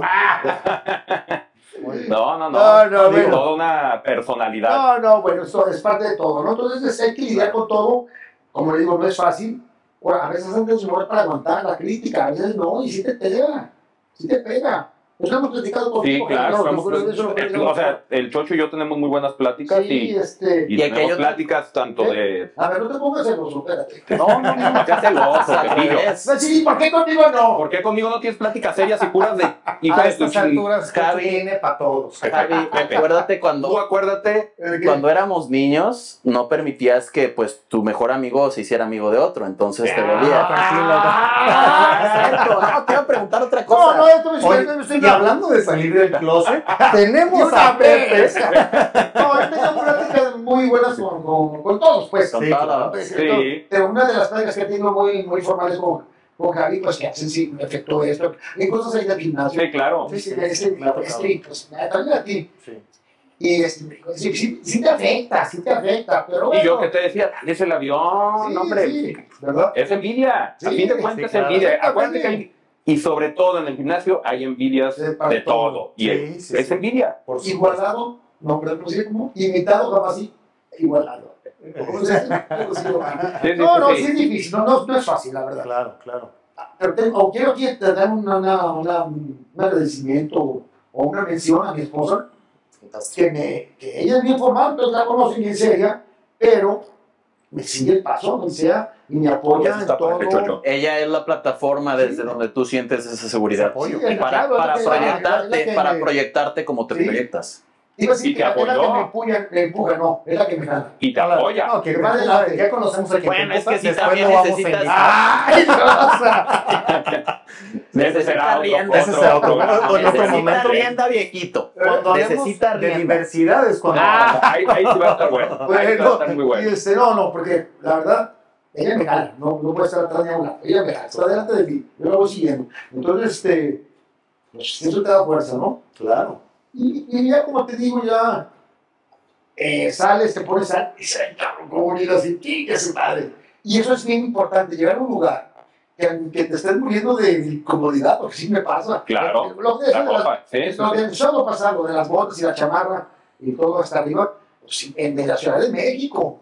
C: No, no, no.
D: No, no,
C: Digo,
D: bueno.
C: Toda una personalidad.
D: No, no, bueno, esto es parte de todo, ¿no? Entonces hay que lidiar con todo. Como le digo, no es fácil. O a veces antes de humor para aguantar la crítica, a veces no, y sí te pega. Sí te pega. Pues lo hemos platicado
C: Sí,
D: contigo.
C: claro.
D: Gerardo,
C: somos-
D: nosotros eso lo
C: eh,
D: platicamos.
C: o sea, el Chocho y yo tenemos muy buenas pláticas
D: sí,
C: y,
D: este.
C: y,
B: Y aquí hay
C: tenemos
B: otra-
C: pláticas tanto de...
D: A ver, no te pongas celoso, espérate. Pues
B: No, no, no, te hace loco,
C: Al
B: Pepillo.
C: revés.
D: Sí, ¿por qué conmigo no?
C: ¿Por qué conmigo no tienes pláticas serias y puras de... Hijo
A: a
C: de tu
A: estas
C: ching-
A: alturas Javi
B: Javi.
A: tiene para todos.
B: Javi, acuérdate cuando...
C: Tú acuérdate...
D: Eh, que-
B: Cuando éramos niños, no permitías que pues tu mejor amigo se hiciera amigo de otro, entonces
A: Ah,
B: te dolía. Ah, exacto. No, te iba a preguntar otra
D: No,
B: cosa.
D: no, esto me
A: Oye,
D: estoy, me estoy
A: y hablando de salir del closet,
D: Y
A: tenemos
D: una
A: a Pepe.
D: vez. No, he tenido pláticas muy buenas con, con, con todos, pues.
B: Con
A: Sí,
B: toda la-
A: claro.
D: Pues,
C: Sí.
D: Pero una de las pláticas que he tenido muy, muy formales con, con Javi, pues que hacen sí, me afectó esto. Hay cosas ahí del gimnasio.
C: Sí, claro.
D: Sí, sí, es que-
A: Me ha tocado.
D: es que, pues, me- también a ti.
A: Sí.
D: Y este, me dijo, sí, sí, sí te afecta, sí te afecta, pero
C: Y
D: bueno.
C: yo que te decía, es el avión,
D: Sí,
C: hombre.
D: sí, ¿verdad?
C: Es envidia.
D: Sí,
C: a fin de cuentas
A: sí,
C: es
A: claro.
C: envidia.
D: Sí,
C: Acuérdate que
D: también.
C: hay- y sobre todo en el gimnasio hay envidias
D: Sí, para
C: de
D: todo.
C: todo. Y
A: Sí,
C: es,
A: sí,
C: es
A: sí.
C: envidia.
A: Por supuesto.
D: Igualado, no, pero no sé cómo. Imitado, jamás sí. Igualado. ¿Cómo se dice? Pero sí, igualado.
C: Sí, sí,
D: No,
C: sí,
D: no,
C: sí.
D: sí es difícil, no, no, no es fácil, la verdad.
A: Claro, claro.
D: Pero tengo, o quiero aquí dar una, una, una- un agradecimiento o una mención a mi esposa, que, me, que ella es bien formal, entonces la conozco y bien seria, pero me sigue el paso, me sea, y me
C: Ya
D: apoya
C: se
D: en
C: Pues está
D: todo.
C: perfecto, yo.
B: Ella es la plataforma desde
D: Sí.
B: donde tú sientes esa seguridad.
A: Apoyo.
D: Sí, el
B: Para,
D: claro,
B: para
D: es la que- es la
B: proyectarte,
D: que
B: para
D: me-
B: proyectarte como te
D: Sí.
B: proyectas.
D: Iba a decir
C: Y
D: que
C: te
D: la- es la que
C: apoyó.
D: me empuja, me empuja, no, es la que me jala.
C: Y te apoya.
A: No, que
D: Que
A: más
D: va
A: adelante,
D: adelante.
A: ya conocemos a quien
B: Bueno,
A: te
B: es que
A: gusta,
B: sí,
A: después
B: también
A: no vamos a
B: necesitas-
A: invitar. ¡Ay, Rosa!
C: Ese
B: Necesita
C: será otro-
B: rienda.
A: Ese será otro-
B: programa.
A: otro- otro
B: Necesita
A: momento.
B: rienda, viejito.
A: Cuando hablemos
B: Eh, Necesita
A: de
B: rienda.
A: diversidades, cuando...
C: Ah, ahí, ahí sí va a estar bueno. Ahí sí va a estar muy
D: Bueno, y
C: bueno.
D: este, no, no, porque la verdad, ella me jala, no, no puede estar atrás ni a un lado, ella me jala, está delante de mí, yo la voy siguiendo. Entonces, este, pues, eso te da fuerza, ¿no?
A: Claro.
D: Y, y ya como te digo, ya eh, sales, te pones a... Y se cabrón, como unido así, chingue su madre. Y eso es bien importante, llegar a un lugar que, que te estés muriendo de, de incomodidad, porque sí me pasa.
C: Claro,
D: Lo, de-
C: La
D: de las-
C: copa. Sí, sí, sí.
D: lo del solo pasado, de las botas y la chamarra y todo hasta arriba, pues, en de la Ciudad de México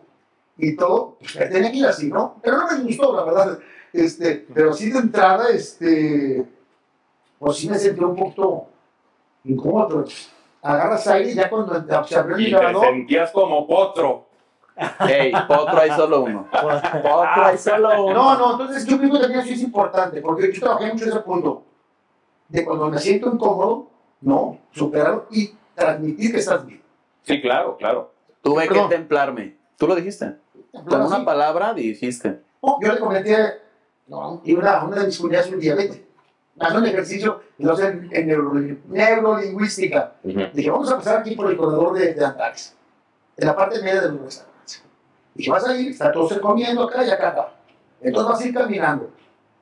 D: y todo, pues me tenía que ir así, ¿no? Pero no me gustó, la verdad. Este, pero sí de entrada, este, pues sí me sentí un poquito incómodo. pero, pues, Agarras aire y ya cuando se abrió el
C: Y te
D: mirador,
C: sentías como potro.
B: Ey, otro hay solo uno. Otro hay solo uno.
D: No, no, entonces yo creo que también eso es importante, porque yo trabajé mucho ese punto. De cuando me siento incómodo, no, superarlo y transmitir que estás bien.
C: Sí, claro, claro.
B: Tuve que
D: Perdón.
B: templarme. Tú lo dijiste. Con
D: Ahora
B: una
D: sí,
B: palabra dijiste.
D: Yo le comenté no, y una, una de mis cuñadas un día, vete, hazme un ejercicio lo sé, en, en neuro- neurolingüística. Dije, vamos a pasar aquí por el corredor de, de Antares, en la parte media de los restaurantes. Dije, vas a ir, está todos comiendo acá y acá, acá. Entonces vas a ir caminando,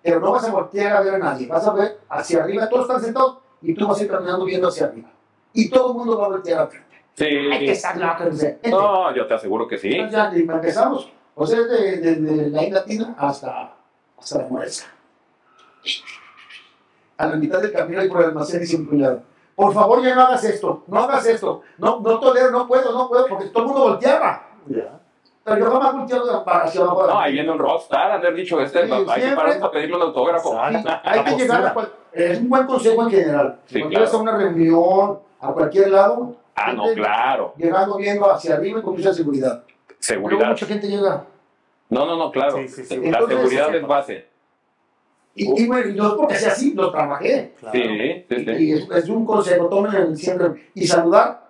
D: pero no vas a voltear a ver a nadie, vas a ver hacia arriba, todos están sentados y tú vas a ir caminando viendo hacia arriba. Y todo el mundo va a voltear a verte.
C: Sí,
D: Hay que
C: sí.
D: estar loco, no sé. Vente.
C: No, yo te aseguro que sí.
D: Entonces ya le- empezamos, o sea, desde de, de la isla Latina hasta, hasta la Muerza. A la mitad del camino y por el almacén dice mi cuñado, por favor ya no hagas esto, no hagas esto, no, no tolero, no puedo, no puedo, porque todo el mundo volteaba.
A: Ya.
D: Pero yo jamás volteaba para hacia abajo.
C: No, ahí viene un rockstar, han de haber dicho este,
D: Sí,
C: hay que
D: siempre.
C: pararnos a pedirle un autógrafo.
A: Exacto.
D: Y hay
A: La
D: que llegar
A: postura.
D: a cual- es un buen consejo en general.
C: Sí,
D: Cuando vas a
C: claro.
D: una reunión, a cualquier lado,
C: Ah, no, claro.
D: llegando viendo hacia arriba y con mucha seguridad. Luego
C: Seguridad.
D: mucha gente llega
C: No, no, no, claro.
A: Sí, sí, sí.
C: La
D: Entonces,
C: seguridad
A: sí.
C: es base. Uh.
D: y, y bueno, yo porque sea así, lo trabajé.
A: Claro. Eh,
C: Sí, sí, sí.
D: Y es, es un consejo, tomen siempre. Y saludar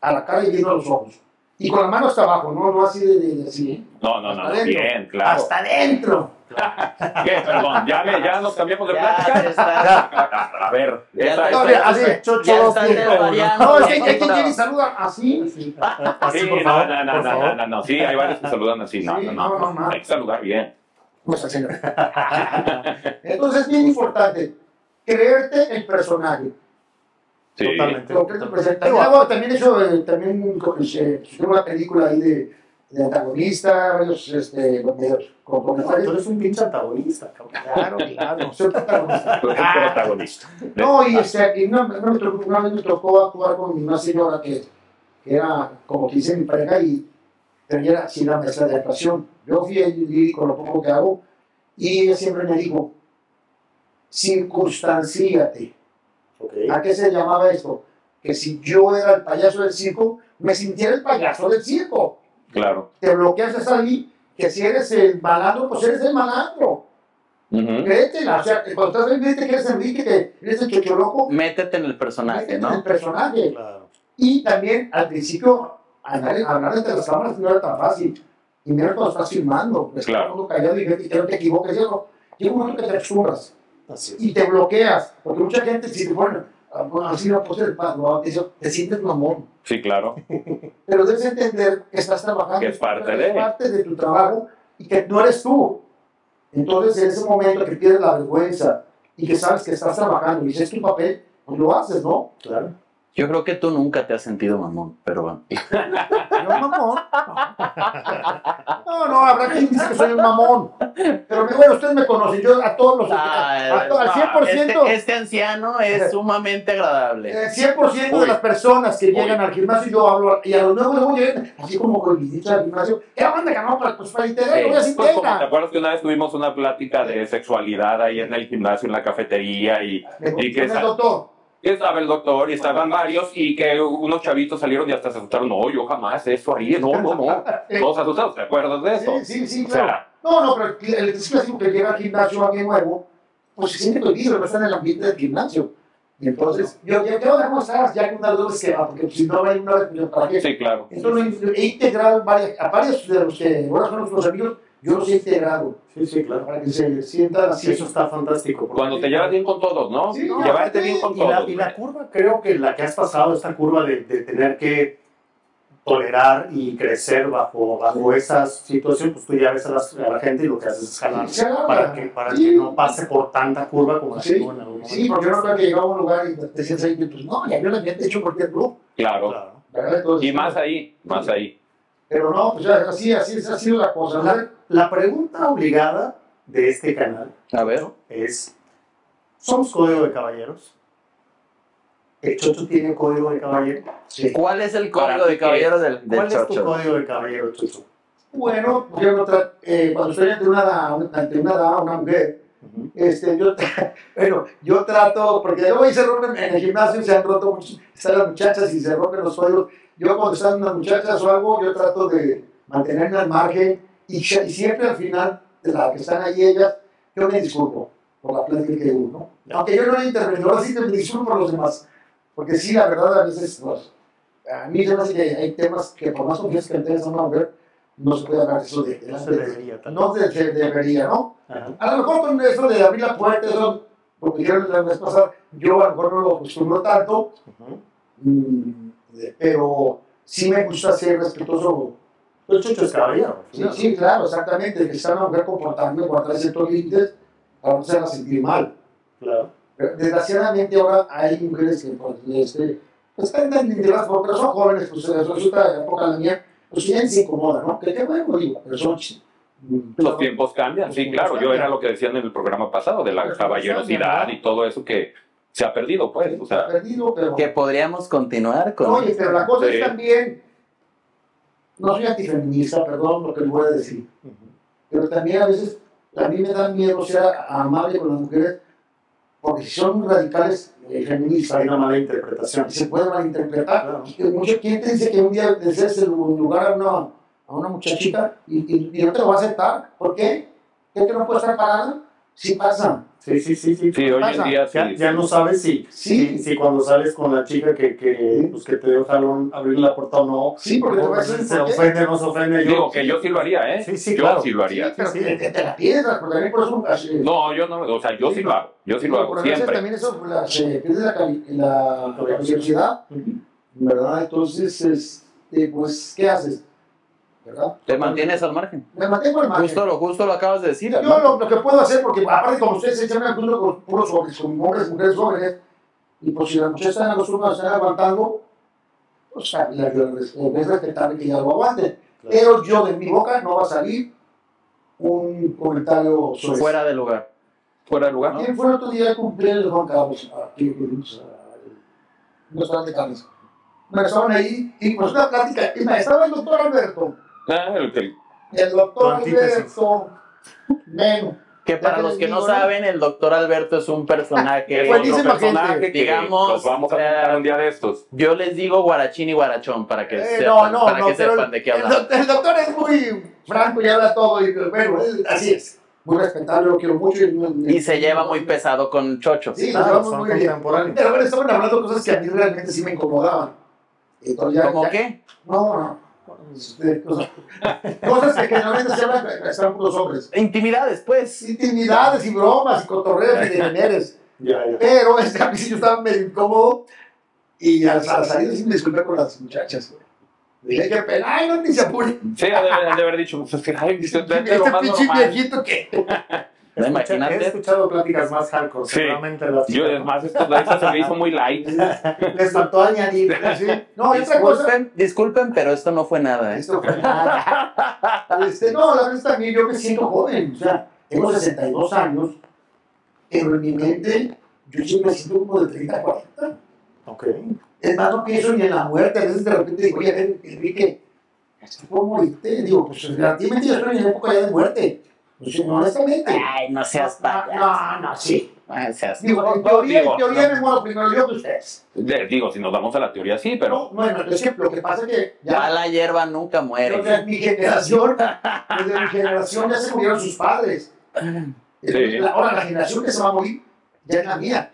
D: a la cara y viendo a los ojos. Y con la mano hasta abajo, no, no así de, de- de así. ¿eh?
C: No, no,
D: Hasta
C: no,
D: adentro.
C: bien, claro.
D: Hasta adentro.
C: ¿Qué? Perdón, ya, me, ya nos cambiamos de plática.
B: te estás-
C: A ver,
B: Ya
C: esa-
B: está.
D: No,
C: esa-
D: mira, así,
A: Chocho
B: Ya
A: dos,
B: estás
A: cinco, uno.
B: desvariando.
D: No, es que
B: ya
D: hay quien
B: está.
D: viene y saluda así.
A: Así,
C: Sí,
A: por
C: no,
A: favor,
C: no, no,
A: por
C: no,
A: favor.
C: no, no, no, sí, hay varios que saludan así, no,
D: Sí,
C: no, no,
D: no, no, no.
C: hay que saludar bien.
D: Pues así. Entonces es bien importante creerte el personaje.
C: Sí,
A: Totalmente.
D: Lo que te presenta.
A: Digo,
D: Y luego, también eso, eh, también eh, tengo la película ahí de, de antagonista, varios este, con
A: no, tú
D: comentarios.
A: eres un pinche antagonista, cabrón.
D: Claro, claro, soy protagonista.
C: tú eres
D: Ah.
C: protagonista.
D: No, y, este, y no, no me tocó, una vez me tocó actuar con una señora que, que era como que hice mi pareja y tenía así una mesa de actuación. Yo fui allí con lo poco que hago y ella siempre me dijo, circunstancíate.
A: Ok.
D: ¿A qué se llamaba esto? Que si yo era el payaso del circo, me sintiera el payaso del circo.
C: Claro.
D: Te bloqueas es ahí, que si eres el malandro, pues eres el malandro.
C: Ujú.
D: Créetela, o sea, que cuando estás ahí, créete que eres Enrique, que eres el chocholoco,
B: Métete en el personaje,
D: créete
B: ¿no?
D: Este el personaje.
A: Claro.
D: Y también al principio, hablar, hablar entre las cámaras no era tan fácil. Y menos cuando estás filmando. Pues
C: Claro.
D: todo el mundo callado y que que no te equivoques. y eso. Llega un momento que te absurdas
A: Así es.
D: y te bloqueas. Porque mucha gente, si te ponen, "Ah, bueno, así no puse el pan, no, te, dice, te sientes mamón.
C: Sí, claro.
D: Pero debes entender que estás trabajando.
C: Que es parte
D: que es
C: de.
D: parte de tu trabajo y que no eres tú. Entonces, en ese momento que pierdes la vergüenza y que sabes que estás trabajando y ese es tu papel, pues lo haces, ¿no?
A: Claro.
B: Yo creo que tú nunca te has sentido mamón, pero bueno.
D: No, mamón.
B: Ah,
D: No, no, habrá quien dice que soy un mamón. Pero bueno, ustedes me conocen, yo a todos los.
C: Ah,
D: a- a to- al 100%,
B: Este, este anciano es sumamente agradable.
D: el 100% de las personas que llegan al gimnasio, yo hablo, y a los nuevos luego llegan así como con visitas al gimnasio, ¿qué onda, me ganó para pues, para integrar,
C: Sí,
D: voy a se
C: pues, como ¿Te
D: integra.
C: acuerdas que una vez tuvimos una plática de sexualidad ahí en el gimnasio, en la cafetería? Y
D: Me
C: y que
D: confirma
C: sa-
D: el doctor.
C: y estaba el doctor y estaban varios y que unos chavitos salieron y hasta se asustaron. No, yo jamás eso haría. No, no, no. Todos asustados. ¿Te acuerdas de eso?
D: Sí, sí, sí,
C: O
D: claro.
C: sea,
D: No, no, pero el- el clásico que llega al gimnasio alguien nuevo, pues se siente cohibido, no está en el ambiente del gimnasio. Entonces, yo ya tengo algunas áreas ya con las dos que va, porque si no va a ir una vez, pues, ¿para qué?
C: Sí, claro.
D: Entonces, lo he integrado en varias, a varios de los que ahora son nuestros amigos, yo los he integrado
A: Sí, sí, claro.
D: para que se sientan
A: Sí,
D: así.
A: eso está fantástico. porque-
C: Cuando te llevas bien con todos, ¿no?
D: Sí, no,
C: Llevarte
D: aparte,
C: bien con
A: Y la,
C: todos.
A: y la curva, creo que la que has pasado, esta curva de, de tener que tolerar y crecer bajo, bajo esa situación, pues tú ya ves a, las- a la gente y lo que haces es jalar
D: Se agarra.
A: para que, para
D: Sí.
A: que no pase por tanta curva como la
D: Sí,
A: que hubo en algún momento.
D: Sí, porque yo no creo que llegaba a un lugar y te sientes ahí, pues no, ya yo la había hecho cualquier club,
C: Claro.
A: Claro.
D: ¿verdad? Entonces,
C: Y más ahí, más ahí.
D: Pero no, pues ya, así, así, esa ha sido la cosa.
A: La,
D: ¿verdad?
A: la pregunta obligada de este canal
B: A ver.
A: es, ¿somos código de caballeros? ¿El Chocho tiene código de caballero?
D: Sí.
B: ¿Cuál es el
C: Para
B: código
C: ti,
B: de caballeros del, del
A: ¿Cuál es tu
B: Chocho?
A: código de caballero, Chocho?
D: Bueno, yo no tra- eh, cuando estoy ante una, da- ante una dama, una mujer,
A: Ujú.
D: este, yo, tra- bueno, yo trato, porque luego ahí se rompen, en el gimnasio se han roto muchos, están las muchachas y se rompen los suelos. Yo cuando están las muchachas o algo, yo trato de mantenerme al margen y, se- y siempre al final de la que están ahí ellas, yo me disculpo por la plática que hubo, ¿no? Aunque yo no he intervenido, ahora sí te- me disculpo por los demás, porque sí, la verdad, a veces, pues, a mí se me hace que hay temas que por más confianza que le tengas a una mujer, no se puede hablar de eso de,
A: No se debería, tal.
D: no se- se debería, ¿no?
A: Ajá.
D: A lo mejor con eso de abrir la puerta, eso, porque yo la vez pasada, yo a lo mejor no lo acostumbro tanto,
A: Ujú.
D: mm, pero sí me gusta ser respetuoso.
A: El Chocho es caballero.
D: Sí, sí, claro, exactamente, que está una mujer comportándome por atrás de ciertos límites para no hacerla sentir mal.
A: Claro.
D: Pero, desgraciadamente ahora hay mujeres que pues, este, pues, están tan integradas, porque son jóvenes, pues les resulta en la época de la mía, pues sí se incomoda, ¿no? Que qué bueno, digo, pero son... mm, ch-
C: Los tiempos cambian, sí, claro. Yo era lo que decían en el programa pasado, de la caballerosidad y todo eso que se ha perdido, pues. O sea,
D: perdido, pero...
B: Que podríamos continuar con.
D: Oye, pero la cosa
C: Sí.
D: es también, no soy antifeminista, perdón lo que le voy a decir, pero también a veces a mí me da miedo ser amable con las mujeres, porque si son muy radicales eh, feministas,
A: Hay una
D: ¿no?
A: mala interpretación.
D: se puede malinterpretar.
A: Claro.
D: Y Mucho, ¿Quién te dice que un día desees el lugar a una, a una muchachita y, y- y no te lo va a aceptar? ¿Por qué? ¿Qué que no puede estar parada? Sí pasa.
A: Sí, sí, sí, sí.
C: sí, hoy en día sí.
A: Ya, ya no sabes si, si,
D: Sí,
A: si cuando sales con la chica que, que, pues, que te dio jalón abrir la puerta o no,
D: sí, porque te va a decir,
A: se
D: ¿por qué?
A: ofende o no se ofende. Yo,
C: Digo que yo sí lo haría, ¿eh?
A: Sí, sí,
C: yo
A: claro.
C: sí lo haría.
D: Sí, pero
A: Sí, sí.
D: que- que te la piensas, porque también por eso... eh, así-
C: No, yo no, o sea, yo sí lo hago, yo sí lo hago,
D: Pero a veces
C: siempre.
D: También eso la- se pierde la, cali- la, la curiosidad,
A: Ujú.
D: ¿verdad? Entonces, este, pues, ¿qué haces? ¿Verdad?
B: Te mantienes al margen.
D: Me mantengo al margen.
B: Justo lo, justo lo acabas de decir.
D: Yo
B: hermano.
D: lo, lo que puedo hacer, porque aparte como ustedes se echan una con puros hombres, con hombres, mujeres jóvenes, y pues si las muchachas están acostumbradas, están aguantando, pues la, la, la- es respetable que ya lo aguanten.
A: Claro.
D: Pero yo de mi boca no va a salir un comentario sobre
B: Fuera de lugar.
C: Fuera de lugar.
D: ¿Quién fue el otro día a cumplir el Juan Carlos? Aquí fuimos a un restaurante de carnes. Bueno, estaban ahí y pues una plática. y me- Estaba el doctor Alberto.
C: Ah, el que-
D: El doctor
A: Tu antítesis.
D: Alberto. Menos.
B: Que para
D: Ya te
B: los que no
D: digo, ¿no?
B: saben, el doctor Alberto es un personaje.
C: es
D: buenísima
C: otro personaje
D: gente.
C: que
B: Digamos,
C: nos vamos a juntar
B: eh,
C: un día de estos.
B: Yo les digo guarachín y guarachón para que,
D: Eh,
B: sepan, para que
D: pero
B: sepan de qué
D: el,
B: hablamos.
D: doc- el doctor es muy franco y habla todo. Y, bueno, él- así es. Muy respetable, lo quiero mucho.
B: Y se lleva muy pesado con Chocho.
D: Sí, nos
A: Claro,
D: llevamos
A: son
D: muy bien.
A: contemporáneos.
D: Pero bueno, estaban hablando cosas que a mí realmente sí me incomodaban. Entonces ya-
B: ¿Cómo
D: ya-
B: qué?
D: No, no. Este, cosas, cosas que generalmente se hablan están por los hombres.
B: Intimidades, pues.
D: Intimidades y bromas y cotorreos y deberes.
A: Ya, ya.
D: Pero es que a mí sí yo estaba medio incómodo y al, al salir sí me disculpé con las muchachas. Dije que pena, ay, no, ni se apure.
C: Sí, ha de, ha de haber dicho, pues es que, ay,
D: Este
C: es lo más
D: pinche
C: normal.
D: viejito que.
B: No,
A: Escucha-
B: imagínate.
A: He escuchado pláticas más hardcore,
C: Sí.
A: seguramente las
C: Yo, además, esto, esto se me hizo muy light.
A: les faltó añadir.
D: Sí. No, y otra cosa.
B: Disculpen, disculpen, pero esto no fue nada. ¿eh?
D: Esto fue nada. Este, no, la verdad también yo me siento joven, o sea, tengo 62 años, pero en mi mente yo siempre me siento como de 30, 40.
A: Ok.
D: Es más, no pienso ni en la muerte, a veces de repente digo, oye, ven, Enrique, ¿hasta puedo morirte? Digo, pues relativamente yo estoy en época ya de muerte, pues honestamente.
B: Ay, no seas
D: No,
B: payaso.
D: no, no, sí.
B: Ay, seas-
D: Digo, en
C: No,
D: teoría,
C: digo,
D: en teoría
C: no.
D: me muero primero yo que ustedes.
C: De- digo, si nos vamos a la teoría, sí, pero
D: No, bueno, es que lo que pasa es que ya...
B: Mala hierba nunca
D: Pero
B: muere.
D: desde mi generación, desde mi generación ya se murieron sus padres. Eh,
C: Sí.
D: Ahora la generación que se va a morir ya es la mía.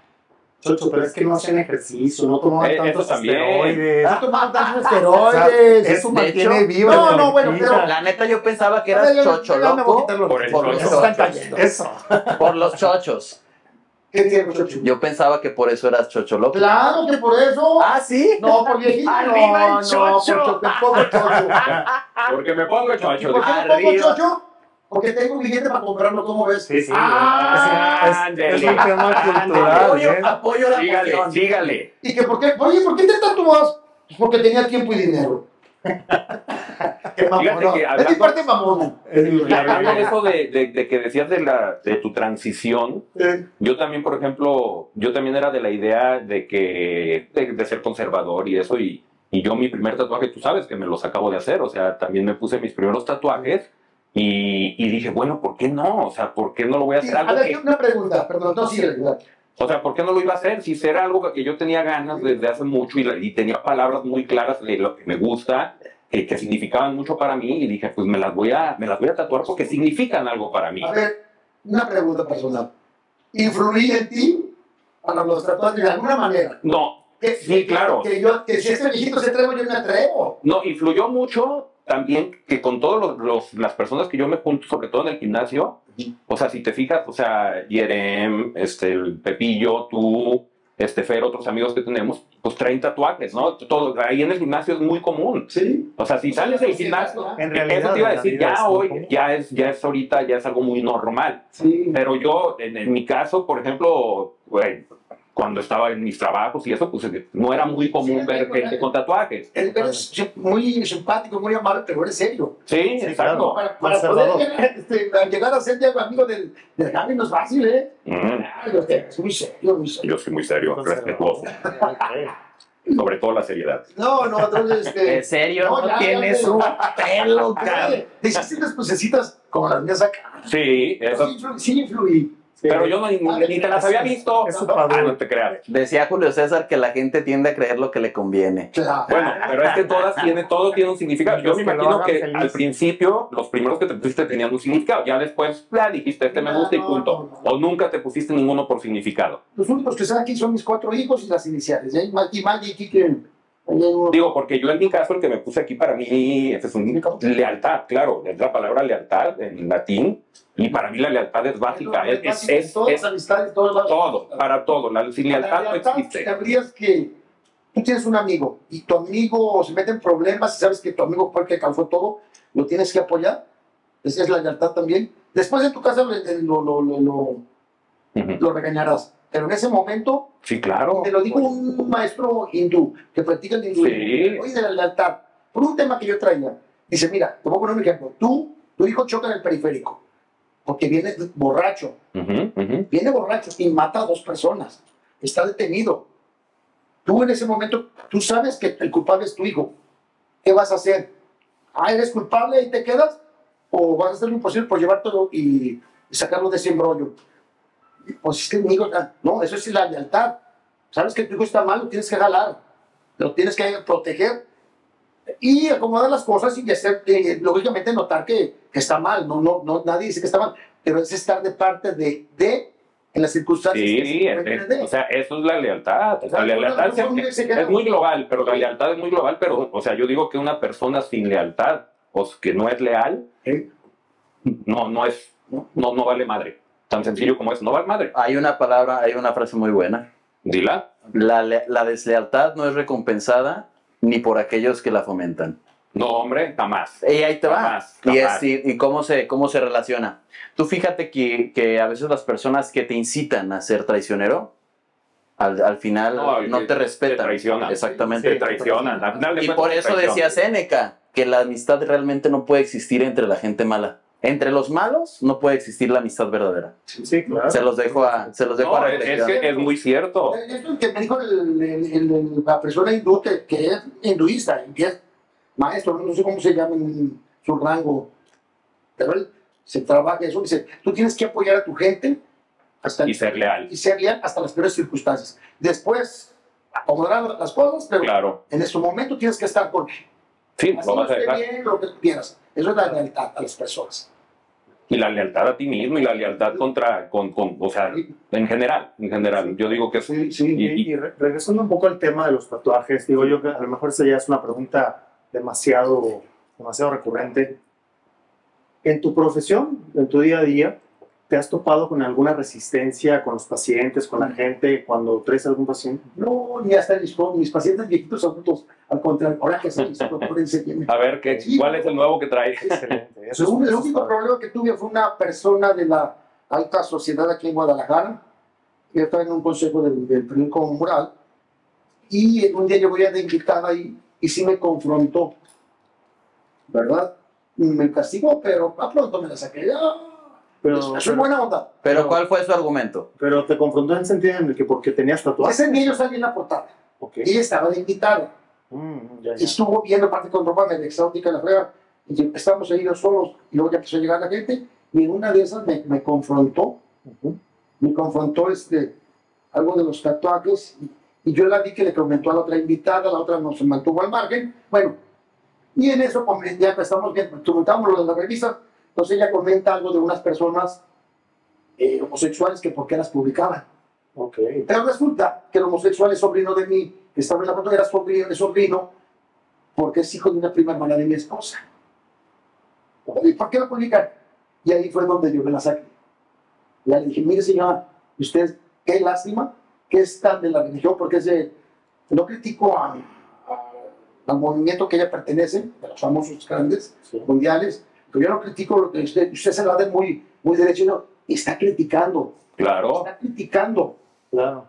A: Chocho, pero es que no hacen ejercicio, no toman
C: Eh,
A: tantos
C: eso también.
A: esteroides.
D: Ah, tomaban tantos
A: O sea,
D: esteroides.
A: eso
B: De
A: mantiene
B: hecho,
A: viva.
D: no,
A: la
D: no, bueno,
A: energía.
D: pero-
B: La neta, yo pensaba que
D: A ver,
B: eras
D: ya-
B: chocho
D: ya me voy a
B: loco
D: quitar los-
C: Por el
D: los-
C: chocho.
D: los están cayendo.
A: Eso.
B: por los chochos.
D: ¿Qué tiene chocho?
B: Yo pensaba que por eso eras chocho loco.
D: Claro que por eso.
B: Ah, sí.
D: No, por viejito.
B: Arriba el
D: no, no, por
B: chocho.
D: chocho, por chocho. Ah.
C: Porque me pongo
D: ¿Y
C: chocho.
D: por qué no pongo
B: Arriba.
D: chocho? Porque tengo billete para comprarlo, ¿cómo ves?
A: Sí, sí.
D: Ah,
A: es, es- es un tema cultural.
B: apoyo,
A: ¿eh?
B: apoyo la
C: Sígale,
B: moción.
C: sígale.
D: ¿Y que por qué? Oye, ¿por qué te tatuas? Pues porque tenía tiempo y dinero.
A: Qué
C: Fíjate
A: mamón.
C: que
D: Es mi
C: hablando,
D: parte mamona.
A: Es
C: y
D: Ah.
C: hablando de
A: la-
C: eso de, de- de que decías de, la, de tu transición,
D: Eh,
C: yo también, por ejemplo, yo también era de la idea de que de, de ser conservador y eso, y, y yo mi primer tatuaje, tú sabes que me los acabo de hacer, o sea, también me puse mis primeros tatuajes y, y dije, bueno, ¿por qué no? O sea, ¿por qué no lo voy a hacer
D: a
C: algo
D: ver,
C: que
D: yo una pregunta, perdón, no sigue. ¿verdad?
C: O sea, ¿por qué no lo iba a hacer? Si era algo que yo tenía ganas desde hace mucho y, la- y tenía palabras muy claras de lo que me gusta, que, que significaban mucho para mí, y dije, pues me las voy a, me las voy a tatuar porque significan algo para mí.
D: A ver, una pregunta personal. ¿Influí en ti para los tatuajes de alguna manera?
C: No,
D: Que,
C: Sí, claro.
D: Que, yo, que si este viejito se atrevo, yo me atrevo.
C: no, influyó mucho también que con todas las personas que yo me junto, sobre todo en el gimnasio, o sea, si te fijas, o sea, Jerem, este, el Pepillo, tú, este, Fer, otros amigos que tenemos, pues traen tatuajes, ¿no? Todo, ahí en el gimnasio es muy común.
D: Sí.
C: O sea, si sales del gimnasio,
A: En realidad,
C: Eso te iba a
A: la
C: decir,
A: vida es
C: ya
A: muy
C: hoy,
A: común.
C: ya es, ya es ahorita, ya es algo muy normal.
D: Sí.
C: Pero yo, en, en mi caso, por ejemplo, güey, cuando estaba en mis trabajos y eso, pues no era muy común
D: Sí,
C: ver
D: sí,
C: gente
D: claro.
C: con tatuajes.
D: Él es muy simpático, muy amable, pero eres serio.
C: Sí,
A: Sí,
C: exacto.
D: Para, para poder
A: Conservador.
D: llegar, este, para llegar a ser ya amigo del, del Javi no es fácil, ¿eh?
C: Mm,
D: Ay, o sea, es muy serio, muy serio.
C: Yo soy muy serio, respetuoso, sobre todo la seriedad.
D: No, no, entonces,
B: En
D: este,
B: serio,
D: No,
B: no,
D: ya, ya,
B: tienes
D: ya.
B: un pelo, cabrón.
D: oye, te hiciste unas pusecitas como las mías acá.
C: Sí, eso.
D: Sí, influ- sí influí.
C: Pero yo no, ni, ni te las había visto.
A: Ah, Es su
C: Ah,
A: padre.
C: no te creas.
B: Decía Julio César que la gente tiende a creer lo que le conviene.
D: Claro.
C: Bueno, pero es que todas tienen, todo tiene un significado. Yo
A: Los
C: me
A: que lo
C: imagino
A: hagan
C: que
A: feliz.
C: al principio, los primeros que te pusiste tenían un significado. Ya después, ya dijiste, este me
D: No,
C: gusta y
D: no,
C: punto.
D: no.
C: O nunca te pusiste ninguno por significado.
D: Los únicos que están aquí son mis cuatro hijos y las iniciales. ¿eh? Maggie, Maggie, Kike. ahí hay uno.
C: Digo, porque yo en mi caso, el que me puse aquí para mí, este es un lealtad, claro, es la palabra lealtad en latín. Y para mí la lealtad es básica, es, es, es-
D: todas
C: es
D: las amistades, todas las...
C: todo, para todo. La, sin
D: La
C: lealtad no
D: lealtad
C: existe.
D: Sabrías que tú tienes un amigo y tu amigo se mete en problemas y sabes que tu amigo fue el que causó todo, lo tienes que apoyar. Esa es la lealtad también. Después en tu casa lo, lo- lo- lo-
C: Ujú.
D: lo regañarás. Pero en ese momento,
C: Sí, claro.
D: me lo dijo un maestro hindú que practica el hindú.
C: Sí.
D: Oye, de la lealtad. Por un tema que yo traía. Dice, mira, te voy a poner un ejemplo. Tú, tu hijo choca en el periférico porque viene borracho
C: Ujú, ujú.
D: viene borracho y mata a dos personas, está detenido. Tú en ese momento, tú sabes que el culpable es tu hijo. ¿Qué vas a hacer? Ah, ¿eres culpable y te quedas? ¿O vas a hacer lo imposible por llevártelo y sacarlo de ese embrollo? Pues es que mi hijo, ah, no, eso es la lealtad. Sabes que tu hijo está mal, lo tienes que jalar, lo tienes que proteger y acomodar las cosas y hacer, eh, lógicamente, notar que, que está mal. No, no, no, nadie dice que está mal, pero es estar de parte de, de en las circunstancias. que se
C: Sí, es-
D: encuentren
C: es-
D: de.
C: o sea, eso es la lealtad. O sea, la
D: Algunas
C: lealtad
D: personas son
C: se-
D: muy
C: es
D: exigentes.
C: muy global, pero la lealtad es muy global, pero, o sea, yo digo que una persona sin lealtad, o s- que no es leal,
D: ¿Eh?
C: no, no es, no, no vale madre. Tan sencillo como es, no vale madre.
B: Hay una palabra, hay una frase muy buena.
C: Dila.
B: La, le- la deslealtad no es recompensada ni por aquellos que la fomentan.
C: No, hombre, jamás.
B: Y ahí te va.
C: Jamás,
B: y es-
C: jamás.
B: y- y cómo, se, cómo se relaciona. Tú fíjate que, que a veces las personas que te incitan a ser traicionero, al, al final
C: No,
B: no,
C: y que
B: te
C: te
B: respetan.
C: traicionan.
B: Exactamente.
C: Te traicionan. al final de
B: Y
C: cuentas
B: por
C: te
B: eso
C: traicionan.
B: decía Séneca que la amistad realmente no puede existir entre la gente mala. Entre los malos no puede existir la amistad verdadera.
A: Sí, claro.
B: Se los dejo a, se los dejo
C: No,
B: a
C: es, es
B: reflexión.
C: que es muy cierto.
D: Eh, Esto que me dijo el- el- el- la persona hindú que, que es hinduista, que es maestro, no sé cómo se llama en su rango, pero él se trabaja eso, dice, tú tienes que apoyar a tu gente hasta
C: Y ser leal.
D: y ser leal hasta las peores circunstancias. Después acomodarán las cosas, pero
C: Claro.
D: en su momento tienes que estar con
C: Sí,
D: así
C: lo
D: no
C: vas a
D: esté
C: dejar.
D: bien lo que tú quieras. Eso es la lealtad a las personas.
C: Y la lealtad a ti mismo y la lealtad contra, con, con, o sea, en general, en general. Yo digo que es
A: Sí, sí,
C: Y-
A: y, y re- regresando un poco al tema de los tatuajes, digo yo que a lo mejor esa ya es una pregunta demasiado, demasiado recurrente. En tu profesión, en tu día a día, ¿te has topado con alguna resistencia con los pacientes, con la
C: Mm.
A: gente, cuando traes algún paciente?
D: No, ni hasta mis, mis pacientes viejitos adultos. Al contrario, ahora que se procúrense bien.
C: a ver ¿qué, cuál es el nuevo que trae.
A: Excelente. Eso es-
D: Según el
A: eso es
D: único
A: padre.
D: problema que tuve fue una persona de la alta sociedad aquí en Guadalajara, que estaba en un consejo del, del PRI comunal, y un día yo voy a de invitada y, y sí me confrontó, ¿verdad? Y Me castigó, pero a pronto me la saqué. Ah,
A: Pero,
D: soy
A: pero,
D: buena onda.
B: Pero ¿cuál fue su argumento?
A: pero te confrontó en el sentido en el que porque tenías tatuajes.
D: Ese día yo salí en la portada.
A: Ok.
D: Ella estaba de invitada.
A: Mm, ya,
D: Y
A: ya.
D: estuvo viendo parte con ropa medio exótica la frega. Y estamos ahí los solos. Y luego ya empezó a llegar la gente. Y en una de esas me, me confrontó.
A: Ujú.
D: Me confrontó este, algo de los tatuajes. Y, y yo la vi que le comentó a la otra invitada. La otra nos mantuvo al margen. Bueno. Y en eso pues, ya empezamos viendo. Comentamos lo de la revista. Entonces ella comenta algo de unas personas eh, homosexuales que por qué las publicaban.
A: Ok.
D: Pero Eh, resulta que el homosexual es sobrino de mí, que estaba en la foto, era sobrino, es sobrino, porque es hijo de una prima hermana de mi esposa. ¿Y por qué lo publican? Y ahí fue donde yo me la saqué. Ya le dije, mire señora, usted, qué lástima que es tan de la religión, porque es de- no critico a- a- al movimiento que ella pertenece, de los famosos grandes,
A: Sí.
D: mundiales, pero yo no critico lo que usted, usted se la de muy, muy derecho, no, está criticando,
C: Claro,
D: está criticando.
A: Claro.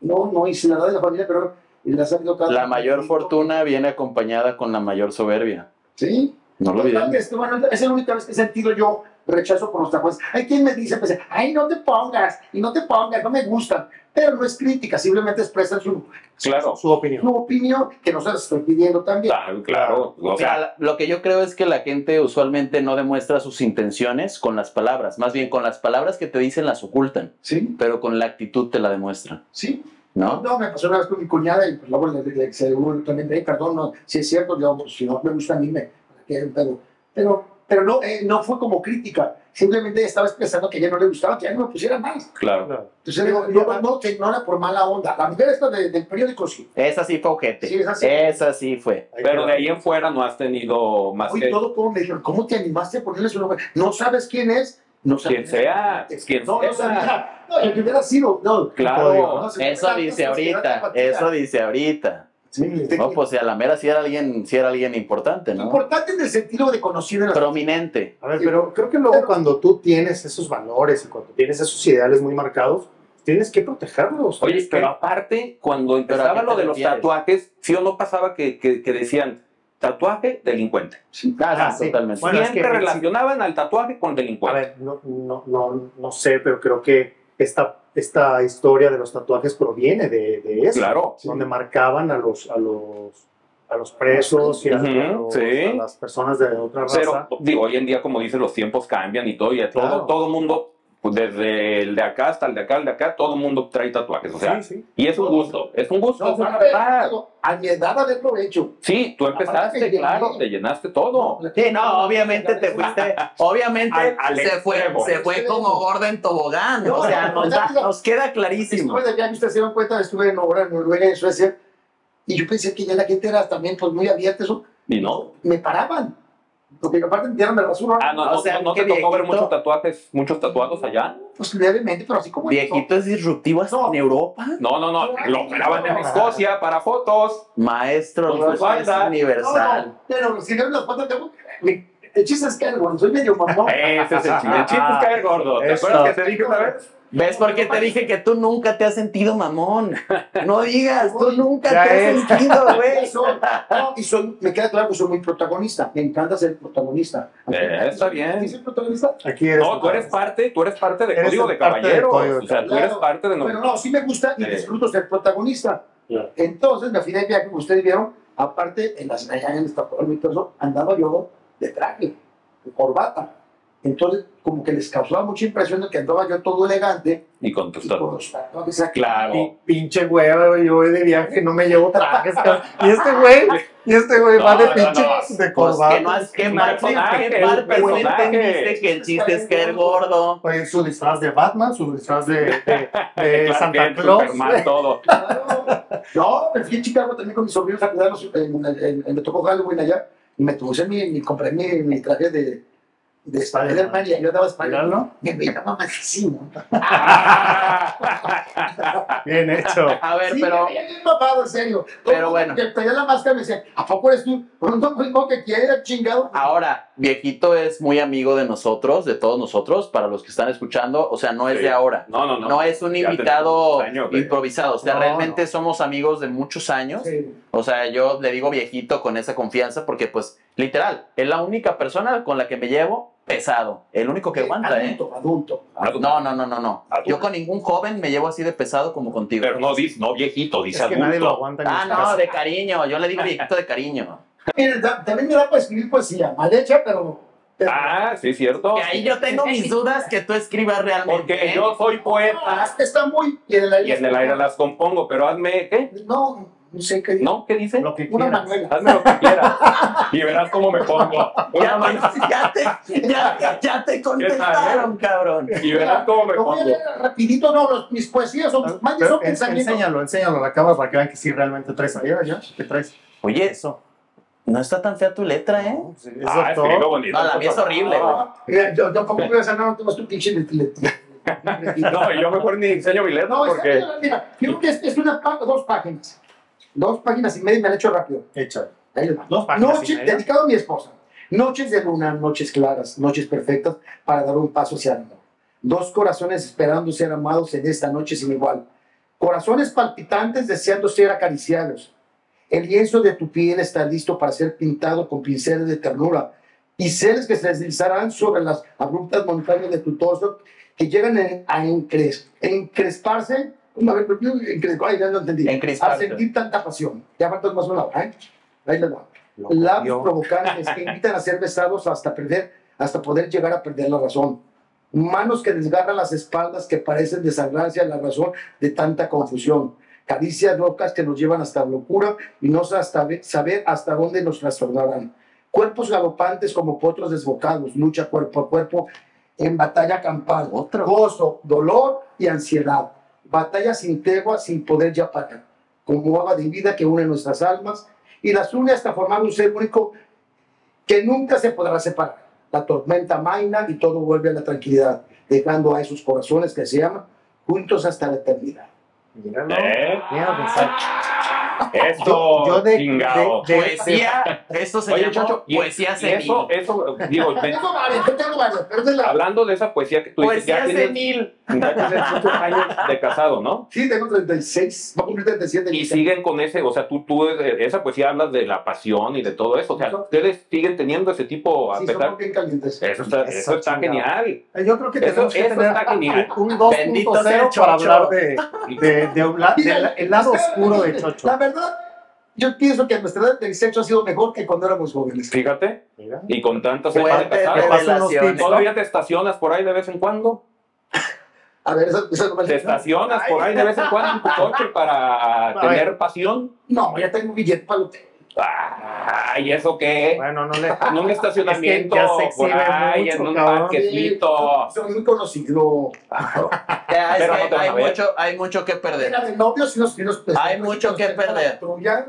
D: No, no, y se la da de la familia, pero le ha salido cada
B: La mayor fortuna viene acompañada con la mayor soberbia.
D: Sí.
B: No lo
D: Total,
B: olviden.
D: este, bueno, es la única vez que he sentido yo rechazo por los tajuelas. Hay quien me dice, pues, ay, no te pongas, y no te pongas, no me gustan. Pero no es crítica, simplemente expresan su,
C: claro,
A: Su opinión.
D: su opinión, que no se las estoy pidiendo también.
C: claro, claro. O sea,
B: Mira, lo que yo creo es que la gente usualmente no demuestra sus intenciones con las palabras. Más bien, con las palabras que te dicen las ocultan,
D: Sí,
B: pero con la actitud te la demuestran,
D: sí.
B: ¿no?
D: No, me pasó una vez con mi cuñada y pues, luego le, le- se hubo también, "Ey, perdón, no, si es cierto, yo, pues, si no me gusta a mí, me, que- pero, pero, pero no, eh, no fue como crítica, simplemente estaba expresando que a ella no le gustaba, que a ella no me pusiera más.
C: claro.
A: Claro.
D: Entonces digo, yo no, no te ignora por mala onda. La mujer esta de- del periódico sí.
B: Esa sí fue ojete.
D: Sí, esa sí.
B: Esa sí fue.
A: Ahí
C: Pero
A: queda.
C: de ahí en fuera no has tenido más
D: Hoy
C: que
D: todo como me dijeron, ¿cómo te animaste a ponerle su nombre? No sabes quién es, no sabes
C: quien sea, quien
D: No, no
C: sea.
D: sabía. No, el que hubiera sido, no.
C: Claro,
B: Eso dice ahorita. Eso dice ahorita.
D: Sí,
B: No, pues si a la mera sí era alguien, sí era alguien importante, ¿no?
D: Importante en el sentido de conocido en la
B: Prominente.
A: A ver, pero creo que luego
D: Pero-
A: cuando tú tienes esos valores y cuando tienes esos ideales muy marcados, tienes que protegerlos.
C: Oye,
A: Tienes que-
C: pero aparte, cuando empezaba
B: qué te
C: lo de los
B: refieres?
C: tatuajes, sí o no pasaba que, que- que decían tatuaje delincuente.
B: Ah,
A: Ah,
B: sí,
A: sí.
B: totalmente.
A: Bueno, es
C: Siempre
A: que-
C: relacionaban al tatuaje con
A: a
C: delincuente.
A: ver, no, no, no, no sé, pero creo que esta, esta historia de los tatuajes proviene de, de eso,
C: claro.
A: donde marcaban a los, a los, a los presos y a,
C: Ujú,
A: a los-
C: sí.
A: a las personas de otra raza.
C: Pero digo, hoy en día, como dicen, los tiempos cambian y todo, y a todo,
A: Claro.
C: todo mundo, pues, desde el de acá hasta el de acá, el de acá, todo mundo trae tatuajes. O sea,
A: sí, sí.
C: y es un gusto, es un gusto.
D: No,
C: es una
D: a ver,
C: verdad.
D: digo, a mi edad haberlo hecho.
C: Sí, tú
D: Aparte
C: empezaste,
D: que
C: claro,
D: llegué.
C: te llenaste todo.
B: Sí, no, obviamente te fuiste, obviamente
C: Al- al
B: se fue,
C: extremo.
B: se fue como gorda en tobogán,
D: No,
B: o sea,
D: no,
B: nos,
D: ya
B: da-
D: digo-
B: nos queda clarísimo.
D: Estuve de viaje, ustedes se dieron cuenta, estuve en obra en Noruega, en Suecia, y yo pensé que ya la gente era también pues, muy abierta, eso.
C: Y no.
D: Me paraban, porque aparte me dieron el basura,
C: Ah, no,
B: O
C: no,
B: sea,
C: no- no
B: qué
C: te tocó ver
B: viejito.
C: muchos tatuajes, muchos tatuados allá.
D: pues levemente, pero así como...
B: Viejito es disruptivo hasta
D: No.
B: en Europa.
C: No, no, no, lo operaban en Escocia para fotos.
B: Maestro,
C: Con
B: no, es
C: falda.
D: No,
B: universal.
D: no, pero si no las patas tengo... me- El chiste es que bueno, soy medio mamón.
C: Ese es el chiste. El chiste es caer gordo. ¿Te
A: Eso.
C: acuerdas que Eh, te dije una vez?
B: ¿Ves por qué te dije que tú nunca te has sentido mamón? No digas, tú
D: Uy,
B: nunca
A: ya
B: te has
A: es.
B: sentido,
D: Y
B: güey.
D: soy- no, y soy, me queda claro que soy muy protagonista, me encanta ser protagonista.
C: Eh, está bien.
D: ¿Sí soy protagonista?
A: Aquí eres
C: No, tú eres parte, tú eres parte de
A: Eres
C: Código de
A: parte de
C: Caballeros.
A: Código de
C: O sea, tú eres
D: Claro.
C: parte de
D: Pero
C: nosotros.
D: no, sí me gusta y
C: Sí.
D: disfruto ser protagonista.
A: Claro.
D: Entonces, me fui de viaje, como ustedes vieron, aparte, en las allá en Estocolmo y todo eso, andaba yo de traje, de corbata. Entonces, como que les causaba mucha impresión de que andaba yo todo elegante
C: Y
D: y
C: contestar.
D: con los tatuajes aquí.
C: Claro.
A: Pi- pinche hueva, güey, yo voy de viaje, no me llevo trajes, cabrón. Y este güey, y este güey va
C: No,
A: de
C: no,
A: pinche de
C: no.
B: Pues que no
A: corbata.
B: has que
C: un
B: Martín,
C: personaje,
B: que
C: es un
B: parte no
C: personaje.
B: entendiste que el chiste es caer gordo.
A: Oye, su disfraz de Batman, su disfraz de, de- de
C: Clark
A: Eh, Santa
C: Kent,
A: Claus.
C: Superman, todo.
D: Claro. No, me fui a Chicago también con mis sobrinos a cuidarlos. En, en- en- me tocó Halloween allá y me puse mi, mi- compré mi, mi traje de, de Spider-Man y ahí yo daba Spider-Man.
A: Míralo.
D: Me veía mamadísimo.
A: Bien hecho.
B: A ver,
D: Sí,
B: pero
D: me veía bien mamado, en serio.
B: Pero
D: Todo el mundo
B: bueno.
D: Que traía la máscara me decía, ¿a poco eres tú? Pero no, pues, no, que quiera, chingado.
B: ahora, viejito es muy amigo de nosotros, de todos nosotros, para los que están escuchando, o sea, no es
C: Sí.
B: de ahora.
C: No, no,
B: No, eh,
C: no.
B: es un
C: Ya
B: invitado
C: tenemos años de-
B: improvisado, o sea,
A: No,
B: realmente somos amigos de muchos años.
D: Sí.
B: O sea, yo le digo viejito con esa confianza porque, pues, literal, es la única persona con la que me llevo pesado. El único que aguanta, ¿eh?
D: adulto, adulto.
C: Adulto.
B: No, no, no, no, no.
C: Adulto.
B: Yo con ningún joven me llevo así de pesado como contigo.
C: Pero no, dice, no viejito, dice
A: Es que nadie lo
C: adulto.
A: aguanta. en
B: Ah,
A: esta
B: no,
A: casa.
B: de cariño. Yo le digo viejito de cariño.
D: Mira, da- también me da para escribir poesía, mal hecha, pero. pero-
C: Ah, sí, cierto.
B: Que ahí yo tengo mis dudas que tú escribas realmente. ¿eh?
C: Porque yo soy poeta
D: ah, Está muy. Y en el aire.
C: y en el aire las compongo, pero hazme, ¿qué?
D: No, no sé qué.
C: ¿No? ¿Qué dice?
A: Lo que
D: Una
A: quieras.
D: manuela.
C: Hazme lo que quieras y verás cómo me pongo.
B: Ya,
C: Una mano-
B: ya te, ya, ya te
C: eh?
B: contestaron, cabrón.
C: y verás cómo me
D: Lo voy a
C: pongo.
D: leer rapidito, no, los- mis poesías son,
A: Ah,
D: más bien
A: Pero
D: son
A: en-
D: pensamientos.
A: enséñalo, enséñalo a la cámara para que vean que sí realmente traes ahí, ¿ya? ¿Qué traes?
B: Oye,
A: Eso.
B: no está tan fea tu letra, ¿eh?
A: No, sí, es
C: Ah,
A: doctor.
C: escribo bonito.
B: No, la mía es horrible, güey.
D: Mira, Ah, eh, Yo tampoco voy a hacer nada, no tengo tu pinche de- de- de- de-
C: No, y yo mejor ni enseño mi letra
D: No, está
C: porque...
D: bien, mira, creo que es, es una pa- dos páginas. Dos páginas y media y me han hecho rápido.
A: Échale.
D: Ahí les va.
A: Dos páginas. y
D: Noche,
A: media.
D: dedicado a mi esposa. Noches de luna, noches claras, noches perfectas para dar un paso hacia el amor. Dos corazones esperando ser amados en esta noche sin igual. Corazones palpitantes deseando ser acariciados. El lienzo de tu piel está listo para ser pintado con pinceles de ternura y seres que se deslizarán sobre las abruptas montañas de tu torso que llegan en- a encres- encresparse. A ver, encres- ay, ya no entendí. A
B: Encresparse.
D: sentir tanta pasión. Ya faltan más una hora, ¿eh? Ahí les va
A: Lo
D: labios
A: copió.
D: provocantes que invitan a ser besados hasta perder, hasta poder llegar a perder la razón. Manos que desgarran las espaldas que parecen desangrarse a la razón de tanta confusión. Caricias locas que nos llevan hasta la locura y no hasta ve- saber hasta dónde nos trastornarán. Cuerpos galopantes como potros desbocados, lucha cuerpo a cuerpo en batalla campal. Gozo, dolor y ansiedad. Batalla sin tregua, sin poder ya parar. Como agua de vida que une nuestras almas y las une hasta formar un ser único que nunca se podrá separar. La tormenta maina y todo vuelve a la tranquilidad, dejando a esos corazones que se aman juntos hasta la eternidad.
A: Míralo.
C: ¿Eh?
A: Mira, pues, pensar.
C: Esto,
A: Yo- yo de-
C: chingado.
A: de-
B: Poesía, eso se
C: Oye,
B: llama
C: Chocho, y-
B: poesía
C: y
B: senil.
C: eso, eso, digo, de-
D: Tengo varias, yo tengo varias, pero es de la...
C: hablando de esa poesía que tú dices,
B: poesía
C: ya tienes,
B: senil.
C: ya tienes muchos años de casado, ¿no?
D: Sí, tengo 36, va a cumplir 37.
C: Y siguen con ese, o sea, tú, tú, eh, esa poesía hablas de la pasión y de todo eso, o sea, ustedes siguen teniendo ese tipo, a
D: Sí,
C: pesar...
D: somos bien calientes.
C: Eso está, eso
A: Eso,
C: está
A: chingado.
C: genial.
A: Eh, Yo creo que
C: Eso-
A: tenemos que
C: eso
A: tener ah,
C: está genial.
A: un un
B: Bendito sea
A: 2.0 para
B: Chocho.
A: hablar de, de, de un la- del- el lado
D: este-
A: oscuro de Chocho.
D: La verdad, yo pienso que a nuestra edad el sexo ha sido mejor que cuando éramos jóvenes.
C: Fíjate,
A: Mira.
C: y con tantos años de
B: Fuerte
C: casado,
A: revelaciones.
C: todavía te estacionas por ahí de vez en cuando.
D: A ver, esa, esa no me-
C: Te estacionas por ahí de vez en cuando en tu coche para
A: ver.
C: tener pasión.
D: No, ya tengo billete para el hotel.
C: Ay, ¿eso qué?
A: Bueno, no le.
C: En un estacionamiento
A: Es que ya se exhibe
C: por ahí,
A: mucho,
C: en un
A: cabrón.
C: parquecito.
D: Soy muy conocido.
B: Ya, es
C: Pero
B: que
C: no te van
B: hay,
C: a ver.
B: mucho, hay mucho que perder.
D: Era de novios y nos, y nos
B: Hay mucho
D: nos
B: que
D: pegó la
B: perder.
D: Patrulla,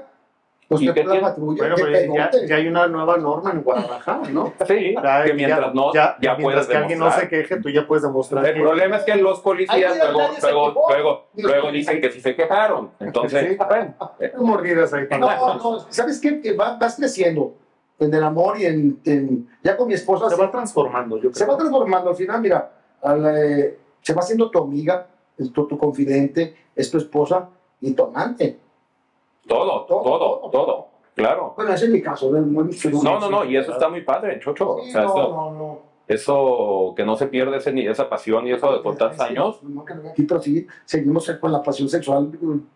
D: nos
C: ¿Y
D: pegó
C: qué
D: la
C: tiene?
D: patrulla.
A: Bueno,
D: qué
A: pero ya,
D: pedote.
A: ya hay una nueva norma en Guadalajara, ¿no?
C: Sí,
A: Ya-
C: que mientras no, ya,
A: mientras
C: puedes
A: que alguien no se
C: demostrar.
A: queje, tú ya puedes demostrar
C: El
A: que-
C: problema es que los policías
D: Ay, mira,
C: luego,
D: nadie se
C: luego,
D: quejó.
C: luego, luego dicen que sí se quejaron. Entonces,
A: Sí.
C: bueno,
A: mordidas ahí.
D: No, no, ¿sabes qué? Que va- vas creciendo en el amor y en, en- ya con mi esposa
A: Se
D: se,
A: va transformando, yo creo.
D: se va transformando. Al final, mira, al, eh, se va haciendo tu amiga, es tu, tu confidente, es tu esposa y tu amante.
C: todo, todo, todo, claro.
D: Bueno, ese es mi caso. ¿no? Muy- muy-
C: No, no, no, y eso está muy padre, Chocho. O
D: Sí,
C: sea,
D: no,
C: eso-
D: no, no.
C: eso que no se pierde ese, ni esa pasión y eso de por tantos años.
D: No, que no, Aquí, pero sí, seguimos con la pasión sexual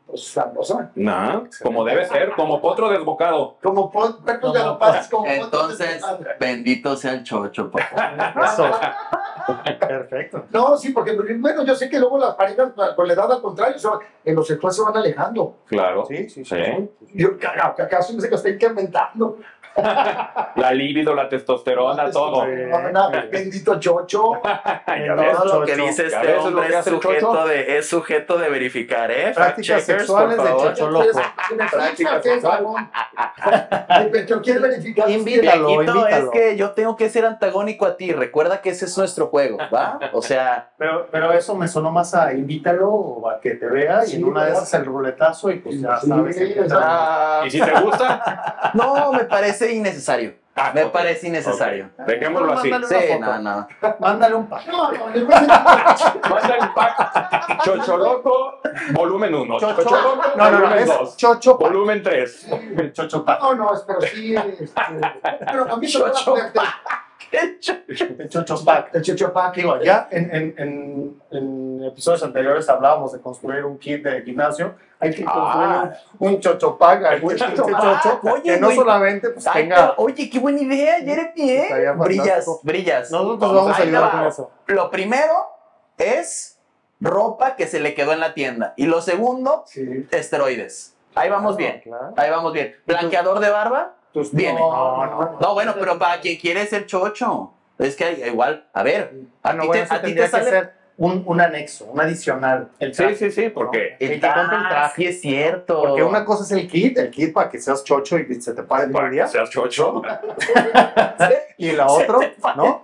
D: pues, sabrosa.
C: Nah, como debe ser, como potro desbocado.
D: Como pon- cuerpos de alopatas, como pon-
B: Entonces, bendito sea el chocho, papá.
A: Eso. Perfecto.
D: No, sí, porque bueno, yo sé que luego las parejas pues, con la edad al contrario, se van- en los sexuales se van alejando.
C: Claro.
A: Sí, sí, sí.
C: Sí.
D: Yo ca- ca- casi me sé que está incrementando.
C: La libido, la testosterona,
D: Antes,
C: todo.
A: sí.
D: testosterona,
A: Eh, eh.
D: Bendito chocho.
C: Ay, ya
A: No,
C: ves.
B: Todo lo que
A: Chocho.
B: dice
C: Ya
B: este
C: ves, es lo
B: hombre
C: que
B: es
C: hace el
B: sujeto
C: chocho.
B: de, es sujeto de verificar, ¿eh?
A: Prácticas
B: Fact-checkers,
A: sexuales
B: por
A: de
B: favor.
A: chocho loco.
B: Práctica
D: Pero quiere verificar.
A: Invítalo,
B: Viejito, es
A: invítalo.
B: que yo tengo que ser antagónico a ti. Recuerda que ese es nuestro juego, ¿va? O sea,
A: Pero, pero eso me sonó más a invítalo o a que te vea
D: Sí,
A: y en una de
D: ¿verdad?
A: esas el ruletazo y pues ya
D: Sí,
A: sabes.
D: sí,
A: en qué
D: sí.
A: te-
B: ah,
C: ¿Y si te gusta?
B: no, me parece innecesario.
C: Ah,
B: Me
C: ok,
B: parece innecesario.
C: ok. Dejémoslo así.
A: Mándale
B: Sí,
A: una
B: no,
A: foto.
B: no.
A: Mándale un pack.
D: No, no, le presento-
C: Manda el pack. Chocholoco, volumen 1.
A: Chocho-
C: Chocholoco,
A: No, no, no,
C: volumen
A: es
C: 2.
A: chocho pack.
C: Volumen 3.
A: Chocho pack.
D: No, no, es- pero sí. este, Pero a mí se me da
B: Chocho
D: fuerte.
A: El chocho pack.
D: El chocho pack.
A: Digo, ya en, en, en, en episodios anteriores hablábamos de construir un kit de gimnasio. Hay que construir
B: Ah.
A: un, un chocho pack, algún
D: chocho
A: chocho
B: pack.
A: chocho,
B: Ah, Oye,
A: que no
B: güey.
A: solamente pues,
B: Ay,
A: tenga.
B: Oye, qué buena idea, Jeremy, ¿eh?
A: Estaría
B: Brillas,
A: fantástico.
B: brillas.
A: Nosotros Pues vamos a
B: Ahí te
A: ayudar
B: va.
A: con eso.
B: Lo primero es ropa que se le quedó en la tienda. Y lo segundo,
D: Sí.
B: esteroides. Ahí vamos bien.
A: Claro.
B: Ahí vamos bien. Blanqueador de barba,
A: Tus-
B: viene.
A: No, no, no.
B: No, bueno, pero para quien quiere ser chocho. Es que hay- igual, a ver, a
A: Ah, no,
B: ti
A: bueno,
B: te,
A: eso
B: a ti
A: tendría
B: te
A: que
B: sale.
A: ser un, un anexo, un adicional. El
C: Sí,
A: traje,
C: sí, sí,
A: ¿no?
C: porque
A: El que
B: Ah,
A: compra el traje.
B: sí es cierto.
A: Porque una cosa es el kit, el kit para que seas chocho y se te pare todo el día.
C: seas chocho.
A: Y la otra, ¿no?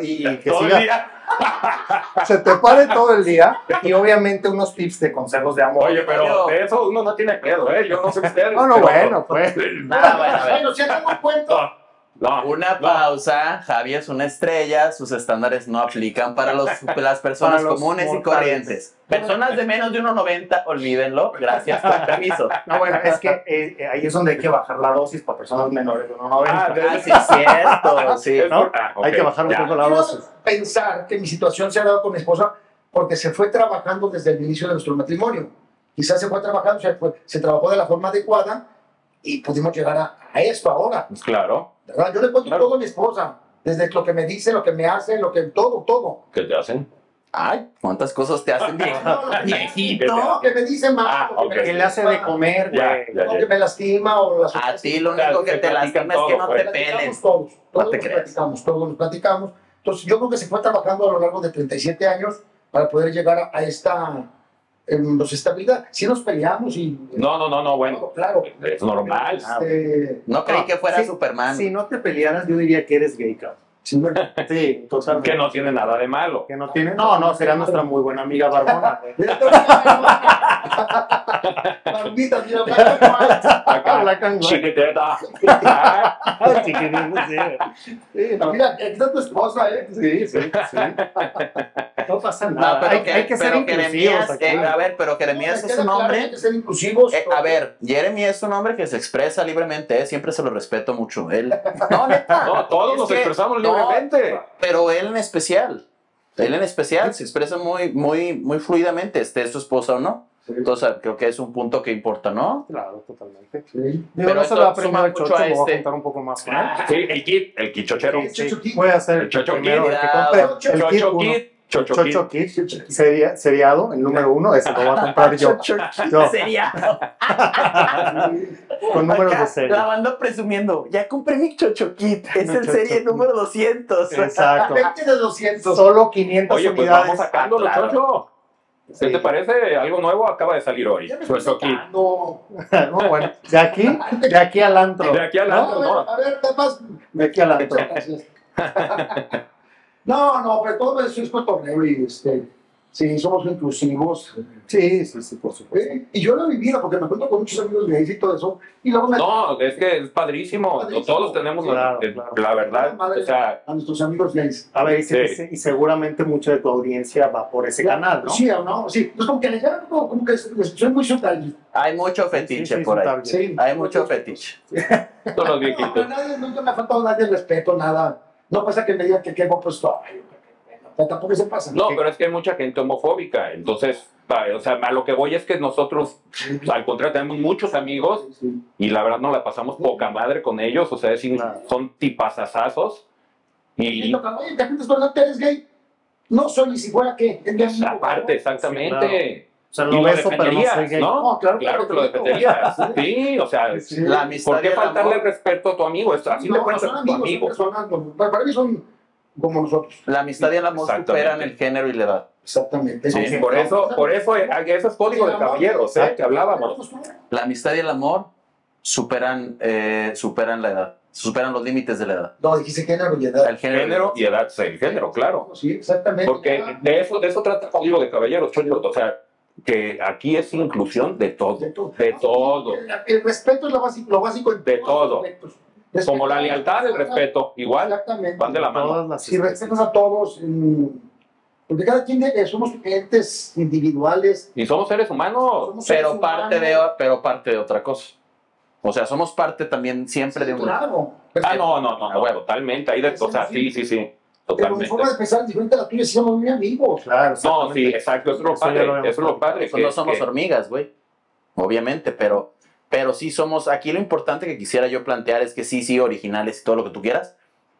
A: Y, y- y que
C: Todo el
A: siga,
C: día.
A: se te pare todo el día. Y obviamente unos tips de consejos de amor.
C: Oye, pero de eso uno no tiene pedo, ¿eh? Yo no sé ustedes.
A: no, no,
C: pero-
A: bueno, pues.
B: Nada, bueno, a ver.
D: Bueno, si hacemos cuento.
C: No,
A: Ah,
C: no.
B: Una
C: No.
B: pausa, Javi es una estrella, sus estándares no aplican para los, las
A: Para
B: personas
A: los
B: comunes y
A: mortales.
B: corrientes. Personas de menos de 1,90, olvídenlo, gracias por permiso.
A: No, bueno, es que eh, eh, ahí es donde hay que bajar la dosis para personas menores de 1,90.
C: Ah, de-
B: Ah, sí, es cierto, sí.
C: es
A: ¿no?
C: por- ah, ok,
A: Hay que bajar un
C: ya.
A: poco la
D: Quiero
A: dosis.
D: pensar que mi situación se ha dado con mi esposa porque se fue trabajando desde el inicio de nuestro matrimonio. Quizás se fue trabajando, se, fue- se trabajó de la forma adecuada y pudimos llegar a, a esto ahora.
C: Pues Claro,
D: ¿verdad? Yo le cuento
C: Claro.
D: todo a mi esposa, desde lo que me dice, lo que me hace, lo que todo, todo.
C: ¿qué te hacen?
B: Ay, ¿cuántas cosas te hacen bien?
D: No, lo que- Lo
B: Viejito.
D: que me dice mal,
C: Ah,
D: lo que me
C: ok.
A: Que le hace de
D: lastima,
A: comer,
C: Ya,
A: güey.
C: ya,
D: lo que
C: ya.
D: me lastima o las
B: A ti lo único que te lastima es que no
A: pues.
B: te peles.
D: platicamos todos, todos
B: No te
D: nos
B: creas.
D: platicamos, todos nos platicamos. Entonces, yo creo que se fue trabajando a lo largo de 37 años para poder llegar a, a esta em, pues, estabilidad. Si nos peleamos y...
C: No, no, no, no, bueno.
D: claro.
C: Es normal.
A: Ah,
D: Este,
B: No creí que fuera
A: Sí,
B: Superman.
A: Si no te pelearas, yo diría que eres gay, cabrón.
D: sí, bueno,
A: Sí, totalmente.
C: Que no tiene nada de malo.
A: Que no tiene. No, no, será nuestra muy buena amiga Barbona, güey.
D: mira, te voy a- Barbita, mira, black and white.
A: Ah,
C: Acá,
A: Black and white.
C: chiquiteta. Ah,
A: Ah, chiquitín, sí, güey. Sí, no,
D: Mira, aquí está tu esposa, ¿eh?
A: sí, sí, sí. No pasa nada.
B: No, pero
A: hay,
B: que,
A: hay que ser
B: pero
A: inclusivos
B: Jeremías,
A: aquí.
B: eh, a ver, pero Jeremías
D: No,
B: es
D: me
B: un
D: queda claro que
B: hombre.
D: hay que ser inclusivos.
B: eh, a ver, Jeremy es un hombre que se expresa libremente, eh, siempre se lo respeto mucho. Él, no, neta.
C: No, todos
B: Es
C: nos
B: que-
C: expresamos
B: no,
C: libremente.
B: pero él en especial. Él en especial se expresa muy, muy, muy fluidamente, esté su esposa o no. Entonces, ah, creo que es un punto que importa, ¿no?
A: Claro, totalmente.
D: Sí.
A: Digo,
B: Pero
A: no se lo
B: esto
A: ha aprendido
B: suma
A: el chocho,
B: mucho a
A: me voy
B: este.
A: a contar un poco más con él.
C: Sí, el kit, el kit chochero.
A: Ah. Sí,
D: Chocho Kid.
A: Voy a hacer
C: El Ah. Chocho
A: primero,
B: Kid.
A: el que compre
D: Chocho
A: el kit
C: Chocho
A: uno.
C: kit, chocho kit.
A: Chocho Kid, seria- seriado, el número uno, ese lo voy a comprar yo. Yo,
B: Sería
A: con números de serie.
B: la banda presumiendo. Ya compré mi chocho kit. Es
A: Mi
B: el
A: chocho
B: serie
A: kit.
B: número 200.
A: Exacto.
D: 20 de 200.
A: Solo 500
C: Oye, pues
A: unidades.
C: vamos sacando los
B: claro.
C: chocho. ¿Qué
A: Sí.
C: te parece? Algo nuevo acaba de salir hoy.
D: Ya
B: pues,
D: me estoy
C: Chocho kit.
D: sacando.
A: No, bueno, de aquí, de aquí al antro.
C: De aquí al
D: No, a
B: pues,
C: antro,
D: ver,
C: no.
D: a ver, te pas-
A: De aquí al antro.
D: Gracias. No, no, pero todo eso es cotorreo y este, sí, somos inclusivos.
A: Sí, sí, sí, por supuesto.
D: Eh, Y yo lo he vivido porque me encuentro con muchos amigos gays y todo eso. Y luego me
C: No, es que es padrísimo.
D: Padrísimo.
C: Todos tenemos
A: Claro,
C: la, eh,
A: claro.
C: la verdad.
D: Madre.
C: O sea,
D: a nuestros amigos gays.
A: A ver, y, se-
C: Sí.
A: y seguramente mucha de tu audiencia va por ese canal, ¿no?
D: Sí, ¿o no? Sí. Entonces, como que ya, como, como que soy muy soltario.
B: Hay mucho
A: Sí,
B: fetiche
A: sí, sí,
B: por ahí.
A: está bien.
D: Sí.
B: Hay mucho fetiche.
C: todos los
D: No,
C: viejitos.
D: nadie, nunca me ha faltado nadie el respeto, nada. No pasa que me digan que qué guapo estoy. O sea, tampoco se pasa.
C: No,
D: Que-
C: pero es que hay mucha gente homofóbica. Entonces, va, o sea, a lo que voy es que nosotros, al contrario, tenemos muchos amigos
D: Sí.
C: y la verdad nos la pasamos poca madre con ellos. O sea, es in-
A: Claro.
C: son tipazazazos.
D: Y
C: Y
D: lo que, oye, ¿te acuerdas cuando eres gay? No soy ni si fuera qué. Es mi amigo,
C: aparte,
D: cabrón.
C: exactamente.
A: O sea,
C: Y
A: lo
C: lo
A: beso, pero no soy
C: defenderías,
A: gay.
C: ¿no?
D: No, claro,
C: Claro que lo
D: defiendo.
C: defenderías. Sí, o sea,
D: Sí.
B: La amistad
C: ¿por qué
B: y el
C: faltarle
B: amor.
C: respeto a tu amigo? Esto, a fin de
D: No, no
C: cuentas,
D: son
C: es tu
D: amigos,
C: amigo.
D: son personas como- para para mí son como nosotros.
B: La amistad y el amor
C: Exactamente.
B: superan el género y la edad.
D: Exactamente.
B: Sí,
C: Sí, por eso, por eso, eh, eso es código de caballeros, ¿eh? Que hablábamos.
B: La amistad y el amor superan, eh, superan la edad, superan los límites de la edad.
D: No, dijiste género y edad.
B: El género.
C: Género y edad, sí, género, claro.
D: Sí, exactamente.
C: Porque de eso, de eso trata el Código de Caballeros, Chocho. O sea, que aquí es inclusión de todo.
D: De todo.
C: De todo.
D: El, el respeto es lo básico, lo básico en
C: De
D: todos los
C: todo.
D: aspectos. Respeto
C: Como la
D: a-
C: lealtad, el respeto, igual
D: Exactamente.
C: van de la mano.
A: Todas las
D: Si respetas a todos, mm, porque cada quien eh, somos entes individuales.
C: Y somos seres humanos.
D: somos seres
B: Pero parte, de,
D: humanos.
B: pero parte de otra cosa. O sea, somos parte también siempre de un...
D: Claro.
C: Ah, no, no, no,
B: Ah, bueno.
C: no, totalmente. Hay de, o sea, sí, sí, sí,
D: Pero mi
C: totalmente.
D: forma de pensar es diferente a la tuya, si somos muy amigos.
A: Claro,
C: No, sí,
A: exactamente.
C: exacto, eso es lo
A: Eso ya lo
C: padre,
A: habíamos
C: eso es lo padre.
B: Pues no
C: que-
B: somos
C: que-
B: hormigas, güey. Obviamente, pero, pero sí somos. Aquí lo importante que quisiera yo plantear es que sí, sí, originales y todo lo que tú quieras.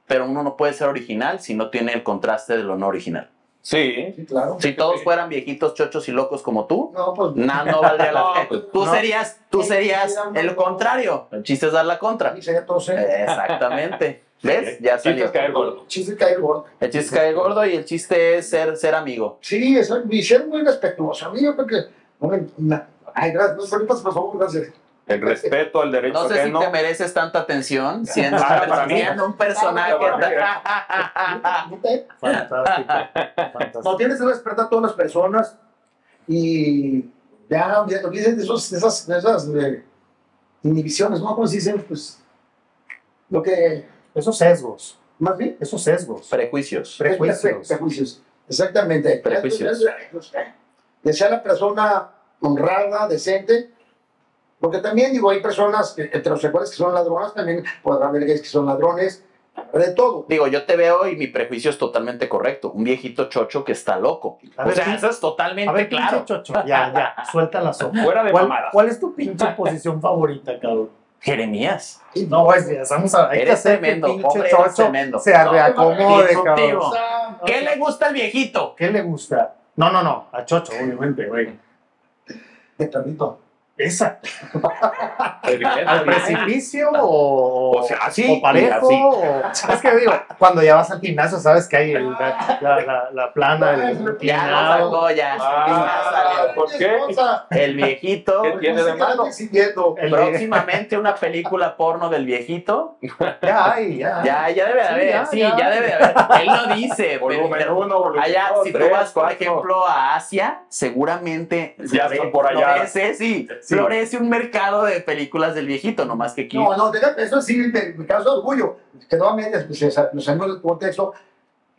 B: Pero uno no puede ser original si no tiene el contraste de lo no original.
C: Sí.
D: Sí, claro.
B: Si todos fueran viejitos, chochos y locos como tú,
D: No, pues.
B: nada, no valdría la
C: No,
B: pena.
C: pues,
B: Tú
A: no.
B: serías, tú
D: Sí,
B: serías
D: sí, sí,
B: el
D: no.
B: contrario. El chiste es dar la contra.
D: aquí sería todo ser.
B: Exactamente. ¿Ves? Ya
C: Sí,
B: salió.
C: es Eh, caer gordo.
D: Chiste de caer gordo.
B: El chiste es caer gordo y el chiste es ser, ser amigo.
D: Sí, eso, me hicieron muy respetuoso. A mí yo creo que. Bueno, na- ay, gracias. No, Felipas, por favor, gracias.
C: El respeto al derecho
B: No sé si
C: ajeno.
B: te mereces tanta atención siendo,
C: Ah, para mí.
B: siendo un personaje.
C: Ah,
B: tan-
D: No te-
A: Fantástico. fantástico.
D: eh. No tienes que respetar a todas las personas y ya, ya olvídense de, esos- de esas, de esas de inhibiciones, ¿no? Como se dicen, pues, lo que,
A: Esos sesgos,
D: más bien,
A: esos sesgos.
B: prejuicios.
A: Prejuicios.
D: prejuicios. Exactamente.
B: Prejuicios.
D: Que sea la persona honrada, decente, porque también, digo, hay personas que- heterosexuales que son ladronas, también podrá haber gays que son ladrones, de todo.
B: Digo, yo te veo y mi prejuicio es totalmente correcto. Un viejito chocho que está loco.
A: A
B: o
A: ver,
B: sea,
A: sí.
B: eso es totalmente
A: A ver,
B: claro.
A: pinche chocho. Ya, ya, suelta la sopa.
C: Fuera de
A: ¿Cuál,
C: mamadas.
A: cuál es tu pinche posición favorita, cabrón?
B: Jeremías.
D: Y
A: No, güey, sí, vamos a. Hay que
B: Eres
A: hacer que el
B: tremendo,
A: pinche
B: hombre, eres
A: chocho
B: tremendo.
A: se reacomode,
B: No,
A: cabrón.
B: no. ¿Qué le gusta al viejito?
A: ¿Qué le gusta? No, no, no. A chocho, obviamente, güey.
D: de perrito.
A: Esa.
C: Evidente,
A: ¿Al precipicio
B: Ah.
A: o.?
C: O sea, así.
A: O parejo,
C: así.
A: o- es que digo, cuando ya vas al gimnasio sabes que hay el- la, la- la- la plana, el
B: Ya lo
A: inclinado,
B: sacó, ya.
C: Ah,
B: Ya salió.
C: ¿por qué?
D: Esposa, pues,
B: El viejito.
C: ¿Qué tiene de
D: música
C: malo?
D: exigiendo.
A: el-
B: Próximamente una película porno del viejito.
A: ya hay,
C: Ah.
A: ya.
B: Ya, ya debe de
A: Sí,
B: haber,
A: ya,
B: sí,
A: ya.
B: ya, debe de haber. Él lo dice,
C: Volumen
B: pero-
C: uno, volumen
B: Allá,
C: dos,
B: si tú
C: tres,
B: vas, por
C: cuatro.
B: ejemplo, a Asia, seguramente
C: Ya está por allá.
B: florece, sí,
A: Sí.
B: florece un mercado de películas del viejito, nomás que aquí.
D: No, no, deja- eso sí me, me causa orgullo. Quedó a medias, pues, o sea, nos salimos del contexto.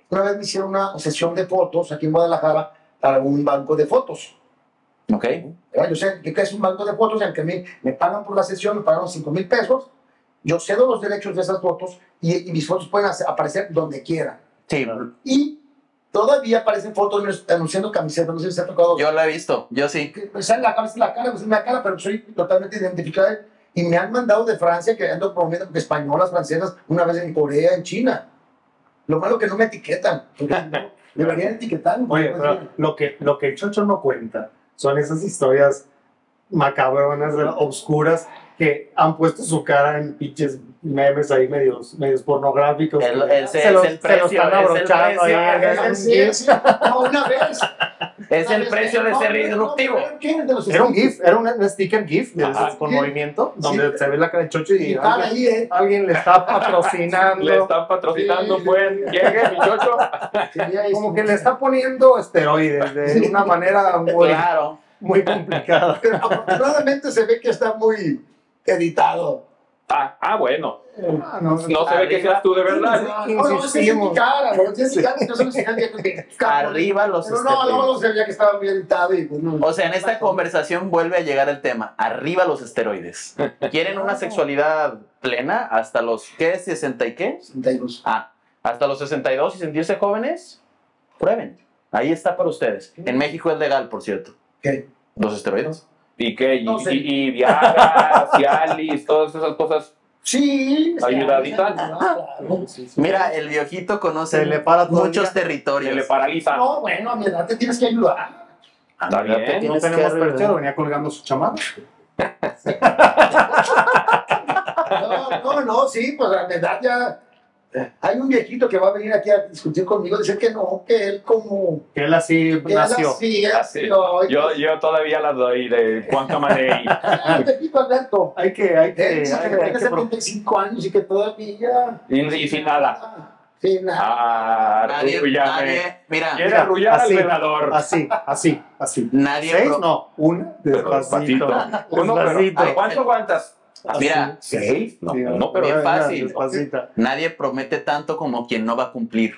D: Una vez me hicieron una sesión de fotos aquí en Guadalajara para un banco de fotos.
B: Ok.
D: ¿verdad? Yo sé que es un banco de fotos, y aunque me, me pagan por la sesión, me pagaron 5 mil pesos. Yo cedo los derechos de esas fotos y, y mis fotos pueden hacer- aparecer donde quieran.
B: Sí,
D: Y todavía aparecen fotos mías anunciando camisetas, no sé si se ha tocado.
B: yo lo he visto, yo sí.
D: que me sale la cabeza la cara, pues es la cara, pero soy totalmente identificado. Y me han mandado de Francia, que ando promoviendo porque españolas, francesas, una vez en Corea, en China. Lo malo que no me etiquetan. porque no, Deberían etiquetarme.
B: pues
A: Oye,
D: pues,
A: pero lo que, lo que el chocho no cuenta son esas historias macabronas, ¿verdad? obscuras, que han puesto su cara en pinches memes ahí medios, medios pornográficos.
B: El-
A: que
B: el-
A: se
B: es
A: los-
B: el
A: se los
B: precio,
A: están
B: es el
A: abrochando ahí,
B: precio.
A: ¿verdad?
D: Sí, sí, sí. No, una vez.
B: Es
D: una
B: el
D: vez,
B: precio de
D: no,
B: ser
D: no, no,
B: disruptivo.
D: no, ¿quién es de los
A: Pues Era un
D: Estados
A: GIF, era un, un sticker GIF de
C: Ajá.
A: esos con movimiento, donde
D: Sí.
A: se ve la cara de chocho y
D: Y para
A: alguien,
D: ahí, ¿eh?
A: alguien le está patrocinando.
C: Le están patrocinando,
D: Sí.
C: pues. Llegue, mi chocho.
D: Sí, ahí
A: Como
D: sí.
A: que le está poniendo esteroides de una manera muy,
B: Claro.
A: muy complicada.
D: Pero afortunadamente se ve que está muy editado.
C: Ah, ah, bueno.
A: Ah, no,
C: No se ve que
B: Arriba.
C: seas tú de
A: Ah,
C: verdad.
D: No, no, es que es mi cara, ¿no? Es mi cara, yo solo sé que-
B: Arriba los este,
D: Pero no,
B: esteroides.
D: no, no sabía que estaba muy editado y pues no.
B: O sea, en esta conversación vuelve a llegar el tema. Arriba los esteroides. ¿Quieren una sexualidad plena hasta los qué? ¿60 y qué?
D: 62.
B: Ah, hasta los 62 y sentirse jóvenes, prueben. Ahí está para ustedes. En México es legal, por cierto.
D: ¿Qué?
B: Los esteroides.
C: ¿Y qué? ¿Y,
D: No sé.
C: y, y Viagra, Cialis, todas esas cosas?
D: Sí.
C: Ayudadita.
D: Claro, sí, sí.
B: Mira, el viejito conoce
A: Se le para todo.
B: muchos
C: Se
B: territorios.
C: le paraliza.
D: No, bueno, a mi edad te tienes que ayudar.
C: Está bien.
B: Te
A: No
B: Ah, tienes que
A: tenemos
B: arreglar.
A: perchero, venía colgando su chamán.
D: No, no, no, sí, pues a mi edad ya. eh, Hay un viejito que va a venir aquí a discutir conmigo, decir que no, que él como.
A: Que él así
D: Que él
A: nació.
D: así, así,
C: Sí.
D: no, y-
C: Yo, yo todavía las doy de Juan Camaney.
D: Ah, Pepito Alberto.
A: Hay que, hay que,
D: Él
A: hay,
D: dice que
A: hay
D: tiene
A: que pro-
D: 75 años y que todavía.
C: Y, y sin nada.
D: Sí, nada.
C: Ah,
B: Nadie,
C: arrullame.
B: nadie- mira,
C: Quiere
A: Mira,
C: arrullar
A: así.
C: al velador.
A: Así, así, así.
B: nadie.
A: Seis,
B: pro-
A: no, una, despacito.
C: Uno, Pues pero,
A: Despacito.
C: ¿a ¿Cuánto aguantas?
B: Mira,
C: ¿Seis? No, pues
A: Sí,
C: no, pero
B: bien
A: mira,
B: fácil.
A: Despacita.
B: nadie promete tanto como quien no va a cumplir.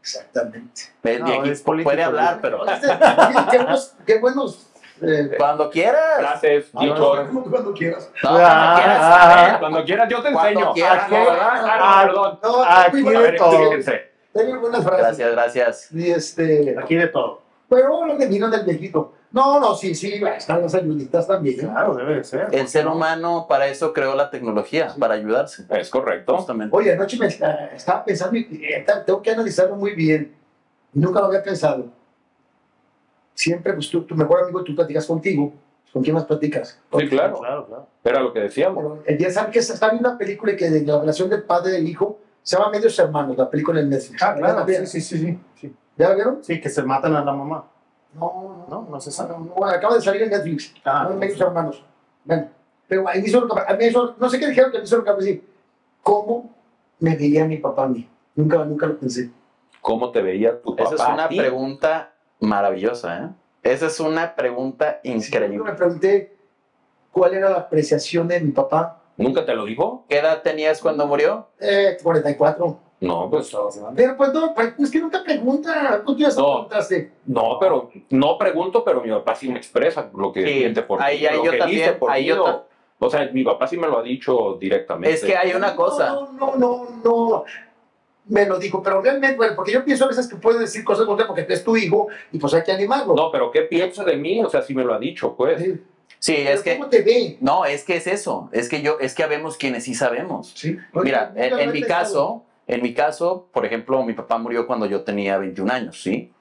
D: Exactamente.
B: El
A: No,
B: viejito
A: es político,
B: puede hablar, pero
D: Este, qué buenos. Qué buenos eh,
B: cuando quieras.
C: frases, dichos.
D: como cuando quieras.
B: No, cuando quieras.
A: Ah, ah,
C: Cuando quieras, yo te
B: Cuando
C: enseño.
B: quieras,
C: Ah, no, ¿verdad? Ah, no,
A: Ah,
C: perdón.
D: No,
A: Aquí
D: muy
C: A
D: buenas
C: ver,
A: de todo.
D: frases.
C: explíquense.
D: Tengo buenas frases.
B: Gracias, gracias.
D: Y este.
A: ah. Aquí de todo.
D: Pero lo que vino del viejito. No, no, sí, sí, están las ayuditas también. ¿eh?
A: Claro, debe de ser.
B: El ser humano para eso creó la tecnología, para ayudarse.
C: Es correcto.
B: Justamente.
D: Oye, anoche me está- estaba pensando y eh, tengo que analizarlo muy bien. Y nunca lo había pensado. Siempre, pues tú, tu mejor amigo, tú platicas contigo. ¿Con quién más platicas?
C: Sí, claro.
A: Claro, claro.
C: Era lo que decíamos.
D: Bueno, eh, ya saben que está, está viendo una película que de la relación del padre y del hijo se llama Medios Hermanos, la película en Netflix.
A: Ah,
D: ¿Ya la
A: claro,
D: vieron?
A: sí, sí, sí, sí, sí.
D: ¿Ya la vieron?
A: Sí, que se matan a la mamá.
D: No,
A: No, no se sabe.
D: No, no, acaba de salir en Netflix.
A: Ah,
D: no, medios
A: sí.
D: hermanos. Bueno, pero ahí me hizo lo que- a mí eso- no sé qué dijeron que me hizo lo que decir. ¿Cómo me veía mi papá a mí? Nunca, nunca lo pensé.
C: ¿Cómo te veía tu papá?
B: Esa es una
C: a ti?
B: pregunta maravillosa, ¿eh? Esa es una pregunta
D: Nunca
B: increíble.
D: me pregunté cuál era la apreciación de mi papá.
C: ¿Nunca te lo dijo?
B: ¿Qué edad tenías cuando murió?
D: Eh, 44.
C: No, pues
D: Pero pues no, pues es que nunca pregunta. Tú ya se
C: No.
D: preguntaste.
C: no, pero no pregunto, pero mi papá sí me expresa lo que
B: Sí,
C: siente por
B: ahí-
C: mí,
B: ahí
C: lo
B: yo
C: que
B: también,
C: dice por
B: ahí
C: mí,
B: yo
C: o-
B: ta-
C: o sea, mi papá sí me lo ha dicho directamente.
B: Es que hay una cosa.
D: No, no, no, no. Me lo dijo, pero realmente, bueno, porque yo pienso a veces que puedes decir cosas contrarias porque es tu hijo y pues hay que animarlo.
C: No, pero ¿qué piensa de mí? O sea, sí me lo ha dicho, pues.
D: Sí.
B: Sí,
D: Pero
B: es que
D: ¿Cómo te ve?
B: no, es que es eso. Es que yo, es que habemos quienes sí sabemos.
D: Sí.
B: Mira,
D: Nunca
B: en,
D: lo
B: en
D: he
B: mi
D: pensado.
B: caso, en mi caso, por ejemplo, mi papá murió cuando yo tenía 21 años, ¿sí?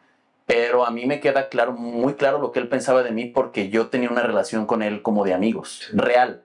B: Pero a mí me queda claro, muy claro lo que él pensaba de mí porque yo tenía una relación con él como de amigos, real,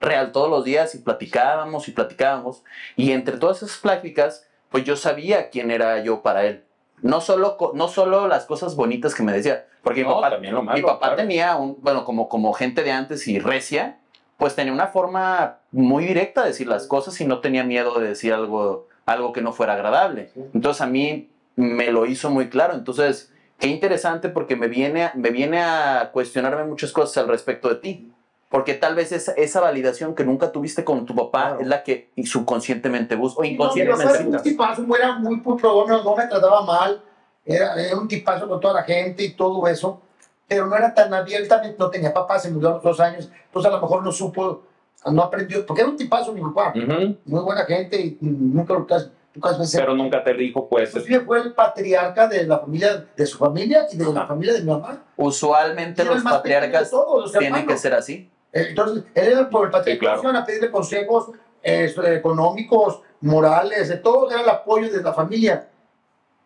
B: real todos los días y platicábamos y platicábamos y entre todas esas pláticas, pues yo sabía quién era yo para él. No solo, co- no solo las cosas bonitas que me decía, porque mi
C: No,
B: papá
C: también lo malo.
B: mi papá
C: claro.
B: tenía un, bueno, como, como gente de antes y recia, pues tenía una forma muy directa de decir las cosas y no tenía miedo de decir algo, algo que no fuera agradable.
D: Sí.
B: Entonces a mí me lo hizo muy claro. Entonces, qué interesante porque me viene, a- me viene a cuestionarme muchas cosas al respecto de ti. Porque tal vez esa, esa validación que nunca tuviste con tu papá
A: Claro.
B: es la que subconscientemente buscas o
D: No, mi papá era
B: inconscientemente.
D: un tipazo, era muy pulprón, no, no me trataba mal, era, era un tipazo con toda la gente y todo eso, pero no era tan abiertamente, no tenía papá, se murió a los dos años, entonces a lo mejor no supo, no aprendió, porque era un tipazo mi papá,
C: Ujú,
B: Mm.
D: muy buena gente y nunca lo casi, pocas veces.
C: Pero nunca te dijo, pues. es-
D: Inclusive fue el patriarca de la familia, de su familia y de la familia de mi mamá.
B: Usualmente
D: Era el
B: los
D: más pequeño de
B: patriarcas
D: todos los
B: tienen que
D: hermanos.
B: ser así.
D: Entonces, él era por el patriarcado,
C: Sí, claro.
D: iban a pedirle consejos eh, económicos, morales, de todo, era el apoyo de la familia.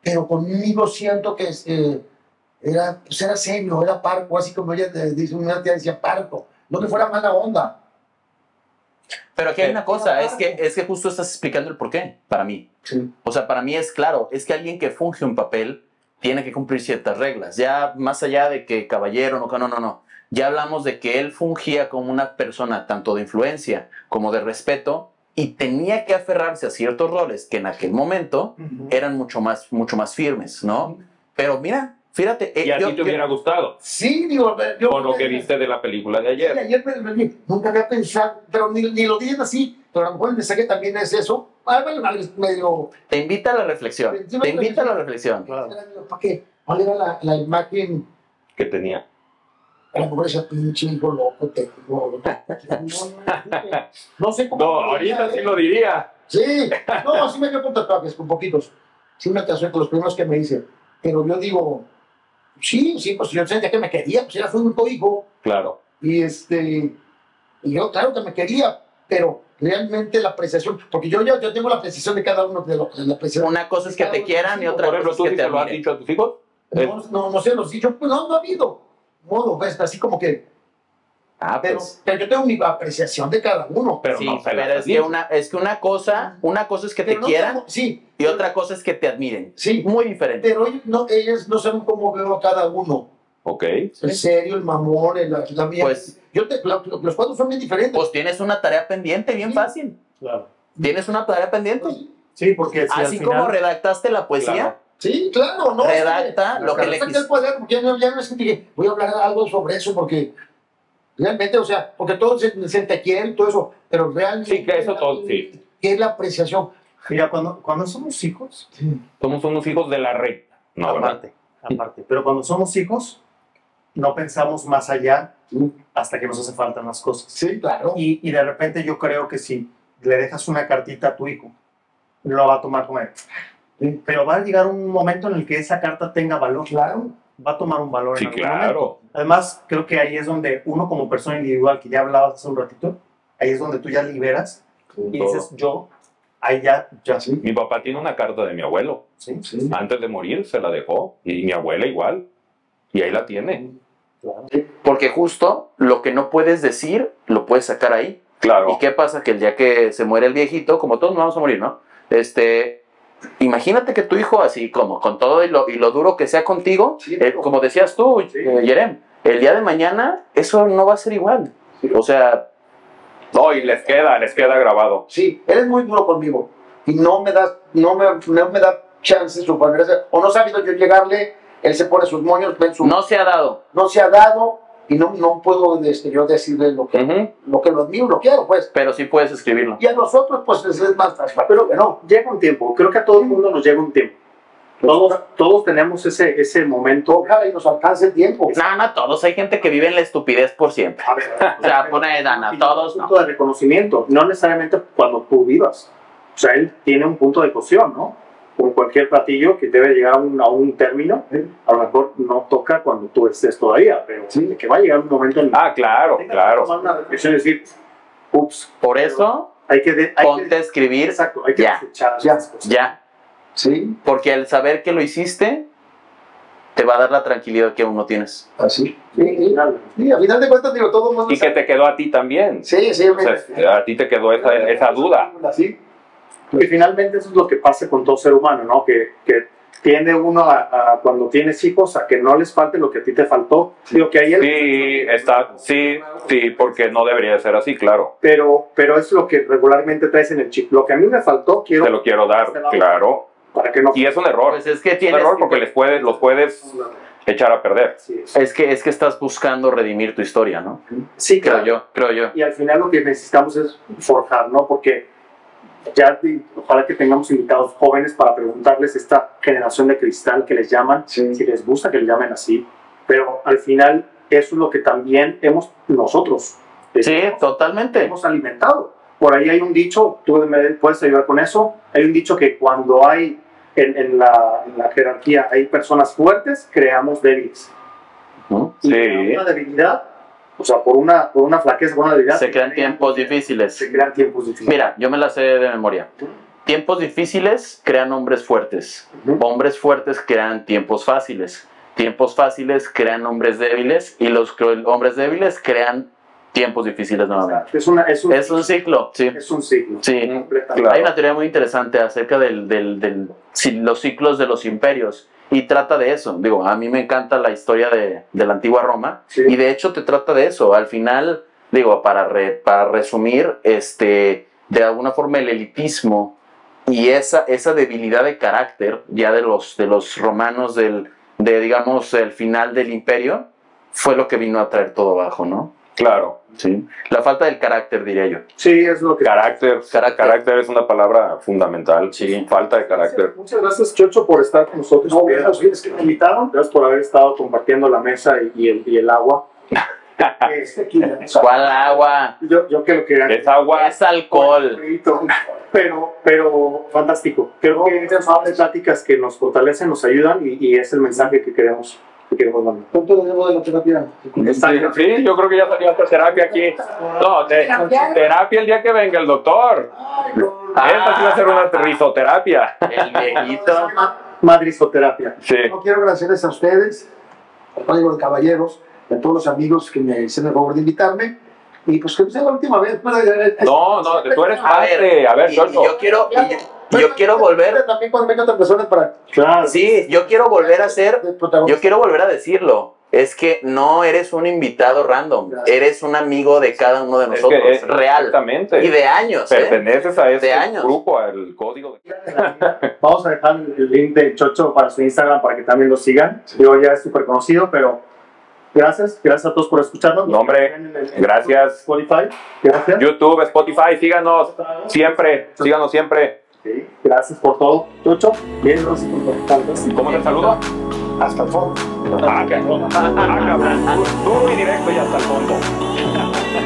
D: Pero conmigo siento que eh, era, pues era serio, era parco, así como ella de- dice, una tía decía parco, no que fuera mala onda.
B: Pero aquí hay
C: Sí.
B: una cosa, es que, es que justo estás explicando el porqué para mí.
D: Sí.
B: O sea, para mí es claro, es que alguien que funge un papel tiene que cumplir ciertas reglas. Ya más allá de que caballero, no, no, no, no. Ya hablamos de que él fungía como una persona tanto de influencia como de respeto y tenía que aferrarse a ciertos roles que en aquel momento
A: Eh,
B: eran mucho más, mucho más firmes, ¿no? Pero mira, fíjate, eh,
C: Y a
B: yo-
C: ti te
B: yo-
C: hubiera gustado.
D: Sí, digo, eh, yo.
C: Por lo que viste de la película de
D: Sí,
C: ayer.
D: ayer me- me- nunca había pensado, pero ni, ni lo dije así, pero a lo mejor el mensaje también es eso. Ah, vale, vale, medio
B: te invita a la reflexión,
D: Sí,
B: te invita a la reflexión.
A: Claro.
D: ¿Para qué? ¿Cuál era la, la imagen?
C: Que tenía.
D: A lo mejor ese pinche hijo loco te digo, No, no, no, no sé cómo. ¿eh?
C: No, ahorita sí lo diría.
D: Sí, no, sí me quedo con tatuajes, con poquitos. Sí, una canción con los primeros que me hice. Pero yo digo, sí, sí, pues yo sentía que me quería, pues era su único hijo.
C: Claro.
D: Y este, y yo, claro que me quería, pero realmente la apreciación, porque yo ya yo tengo la apreciación de cada uno de los. de La apreciación.
B: Una cosa es que te quieran y otra cosa
C: Por ejemplo,
B: es
C: tú
B: que
C: sí
B: te
C: te lo has
B: admiren.
C: dicho a tus hijos. Eh,
D: No, no, no sé, los dicho, pues no, no ha habido. Modo, ves, así como que.
B: Ah,
D: Pero,
B: pues.
D: pero yo tengo mi apreciación de cada uno.
C: Pero
B: sí,
C: no se
B: pero
C: las
B: es
C: has
B: que,
C: dicho.
B: una, es que una cosa, una cosa es que
D: Pero
B: te
D: no
B: quieran
D: tengo- sí,
B: y otra cosa es que te admiren.
D: sí.
B: Muy diferente.
D: Pero ellos no, ellas no saben cómo veo a cada uno.
C: Ok.
D: El serio, el mamón, el, la mía.
B: Pues,
D: yo te- la- los cuatro son bien diferentes.
B: pues tienes una tarea pendiente, bien
D: Sí.
B: fácil.
A: Claro.
B: Tienes una tarea pendiente.
A: Sí, porque si al
B: Así
A: final-
B: como redactaste la poesía,
D: Sí, claro, no.
B: Redacta lo que le
D: redacta
B: quis-
D: el cuaderno, ya no, ya no es que dije, voy a hablar algo sobre eso porque realmente, o sea, porque todos se, se te quieren, todo eso, pero realmente.
C: Sí, que eso todo, sí.
D: Que es la apreciación.
A: Mira, cuando, cuando somos hijos,
C: Somos unos hijos de la recta. No, ¿verdad?
A: aparte, aparte, pero cuando somos hijos, no pensamos más allá
D: Sí.
A: hasta que nos hace falta unas cosas.
D: Sí, claro.
A: Y, y de repente yo creo que si le dejas una cartita a tu hijo, lo va a tomar como... "Ah,
D: Sí.
A: Pero va a llegar un momento en el que esa carta tenga valor,
D: Claro.
A: va a tomar un valor.
C: Sí,
A: en algún momento.
C: claro.
A: Además, creo que ahí es donde uno como persona individual, que ya hablabas hace un ratito, ahí es donde tú ya liberas y dices, yo, ahí ya, ya sí.
C: Mi papá tiene una carta de mi abuelo.
A: Sí,
D: Sí.
C: Antes de morir se la dejó. Y mi abuela igual. Y ahí la tiene.
A: claro.
B: porque justo lo que no puedes decir, lo puedes sacar ahí. ¿Y
C: Claro.
B: qué pasa? Que el día que se muere el viejito, como todos nos vamos a morir, ¿no? Este, imagínate que tu hijo, así como, con todo y lo, y lo duro que sea contigo,
D: Sí,
B: eh,
D: claro.
B: como decías tú,
D: Sí.
B: eh, Jerem, el día de mañana eso no va a ser igual. O sea,
C: No, y les queda, les queda grabado.
D: Sí, eres muy duro conmigo y no me das, no me, no me da chance suponerse, o no sabido yo llegarle, él se pone sus moños, ven su, no.
B: no se ha dado.
D: se ha dado y no, no puedo este, yo decirle lo que,
C: Ujú.
D: lo que lo admiro, lo quiero, pues.
B: Pero sí puedes escribirlo.
D: Y a nosotros, pues, les es más fácil, pero
A: Pero
D: que no.
A: llega un tiempo, creo que a todo el mundo nos llega un tiempo. Todos, todos tenemos ese, ese momento.
D: Ojalá y nos alcance el tiempo.
B: No, no todos. Hay gente que vive en la estupidez por siempre.
A: A ver,
B: O sea, pone Dana, todos
A: un
B: no.
A: punto de reconocimiento, no necesariamente cuando tú vivas. O sea, él tiene un punto de cocción, ¿no? Como cualquier platillo que debe llegar a un, a un término, a lo mejor no toca cuando tú estés todavía, pero
D: Sí.
A: que va a llegar un momento en el
C: Ah, claro,
A: tengas que
C: claro.
A: tomar una reflexión y decir, ups,
B: Por eso,
A: hay que, de- hay que-
B: ponte a escribir
A: exacto, hay que
B: ya,
A: escuchar
D: ya.
A: esas cosas.
B: ya.
D: Sí,
B: Porque al saber que lo hiciste, te va a dar la tranquilidad que aún no tienes.
D: así. Sí, sí. Sí, a final de cuentas, digo, todo el mundo
C: Y que
D: sabe.
C: te quedó a ti también.
D: Sí, sí,
C: O sea, a ti te quedó esa, esa duda.
D: Sí,
A: Y finalmente eso es lo que pasa con todo ser humano, ¿no? Que, que tiende uno a, a cuando tienes hijos a que no les falte lo que a ti te faltó. Digo, que ahí el-
C: Sí, está, sí, sí, porque no debería ser así, claro.
A: Pero, pero es lo que regularmente traes en el chip. Lo que a mí me faltó, quiero
C: Te lo quiero dar, claro.
A: para que no
C: Y es un error.
B: Pues es que
C: Es un
B: tienes.
C: error porque les puedes, los puedes echar a perder.
A: Así es.
B: Es que, es que estás buscando redimir tu historia, ¿no?
A: Sí,
B: Creo
A: claro.
B: yo, creo yo.
A: Y al final lo que necesitamos es forjar, ¿no? Porque ya di- ojalá que tengamos invitados jóvenes para preguntarles esta generación de cristal que les llaman,
D: Sí.
A: si les gusta que le llamen así. Pero al final eso es lo que también hemos nosotros eh,
B: Sí, totalmente.
A: hemos alimentado. Por ahí hay un dicho, tú me puedes ayudar con eso, hay un dicho que cuando hay en, en la, en la jerarquía hay personas fuertes, creamos débiles.
B: ¿no?
A: Y
C: Sí.
A: por una debilidad, o sea, por una, por una flaqueza, por una debilidad.
B: Se crean
A: crean-
B: tiempos difíciles.
A: Se crean tiempos difíciles.
B: Mira, yo me la sé de memoria. Tiempos difíciles crean hombres fuertes.
A: Ujú.
B: Hombres fuertes crean tiempos fáciles. Tiempos fáciles crean hombres débiles. Y los cruel- hombres débiles crean tiempos difíciles nuevamente.
A: Es, una, es, un,
B: Es un ciclo, sí.
A: es un signo.
B: Sí.
A: Completamente.
C: Claro.
B: Hay una teoría muy interesante acerca del, del- del- si- los ciclos de los imperios y trata de eso. Digo, a mí me encanta la historia de, de la antigua Roma
A: Sí.
B: y de hecho te trata de eso. Al final, digo, para, re- para resumir, este, de alguna forma el elitismo y esa, esa debilidad de carácter ya de los, de los romanos del, de, digamos, el final del imperio fue lo que vino a traer todo abajo, ¿no?
C: Claro.
B: Sí. La falta del carácter, diría yo.
A: Sí, es lo que.
C: Carácter.
B: Carácter.
C: Carácter es una palabra fundamental.
B: Sí.
C: Falta de carácter.
A: Muchas gracias, Chocho, por estar con nosotros.
D: No, gracias a ustedes que me
A: invitaron. Gracias por haber estado compartiendo la mesa y, y el, y el agua. Es tequila.
B: ¿Cuál agua?
A: Yo, yo creo que era
C: Es agua.
B: Es alcohol.
A: Correcto. Pero, pero fantástico. Creo que esas son las pláticas que nos fortalecen, nos ayudan y, y es el mensaje que queremos, que queremos mandar.
D: ¿Cuánto debo de la terapia?
A: Está
C: Sí,
A: bien.
C: sí, yo creo que ya salió hasta terapia aquí. No, te- terapia el día que venga el doctor.
D: Ay, no. no.
C: Esta sí va a ser una risoterapia.
B: El viejito.
A: Madrizoterapia.
C: Sí.
D: No quiero agradecerles a ustedes, al Código de Caballeros, y a todos los amigos que me hicieron el favor de invitarme. Y pues que sea la última vez. pues, eh,
C: No, no, tú eres
B: A ver,
C: parte. A ver,
B: y- y
C: Chocho.
B: yo quiero, y
D: eh,
B: yo- yo quiero volver.
D: También cuando vengan otras personas para.
A: Claro.
B: Sí, yo quiero volver a ser.
D: de protagonista.
B: Yo quiero volver a decirlo. Es que no eres un invitado random.
D: Gracias.
B: Eres un amigo de cada uno de
C: Es que
B: nosotros.
C: es-
B: real.
C: Exactamente.
B: Y de años. ¿eh?
C: Perteneces a
B: De
C: ese
B: años.
C: grupo, al código. de-
A: Vamos a dejar el link del Chocho para su Instagram para que también lo sigan. Yo ya es súper conocido, pero gracias. Gracias a todos por escucharnos.
C: No, hombre,
A: En el- en
C: Gracias.
A: Spotify. Gracias.
C: YouTube, Spotify, síganos. Siempre, síganos siempre.
A: Sí, Gracias por todo. Chocho, bien, gracias por contactarnos.
C: ¿Cómo te saludo?
D: Hasta el fondo.
C: Ah, cabrón. Ah, cabrón. Tú- Tú muy directo y hasta el fondo.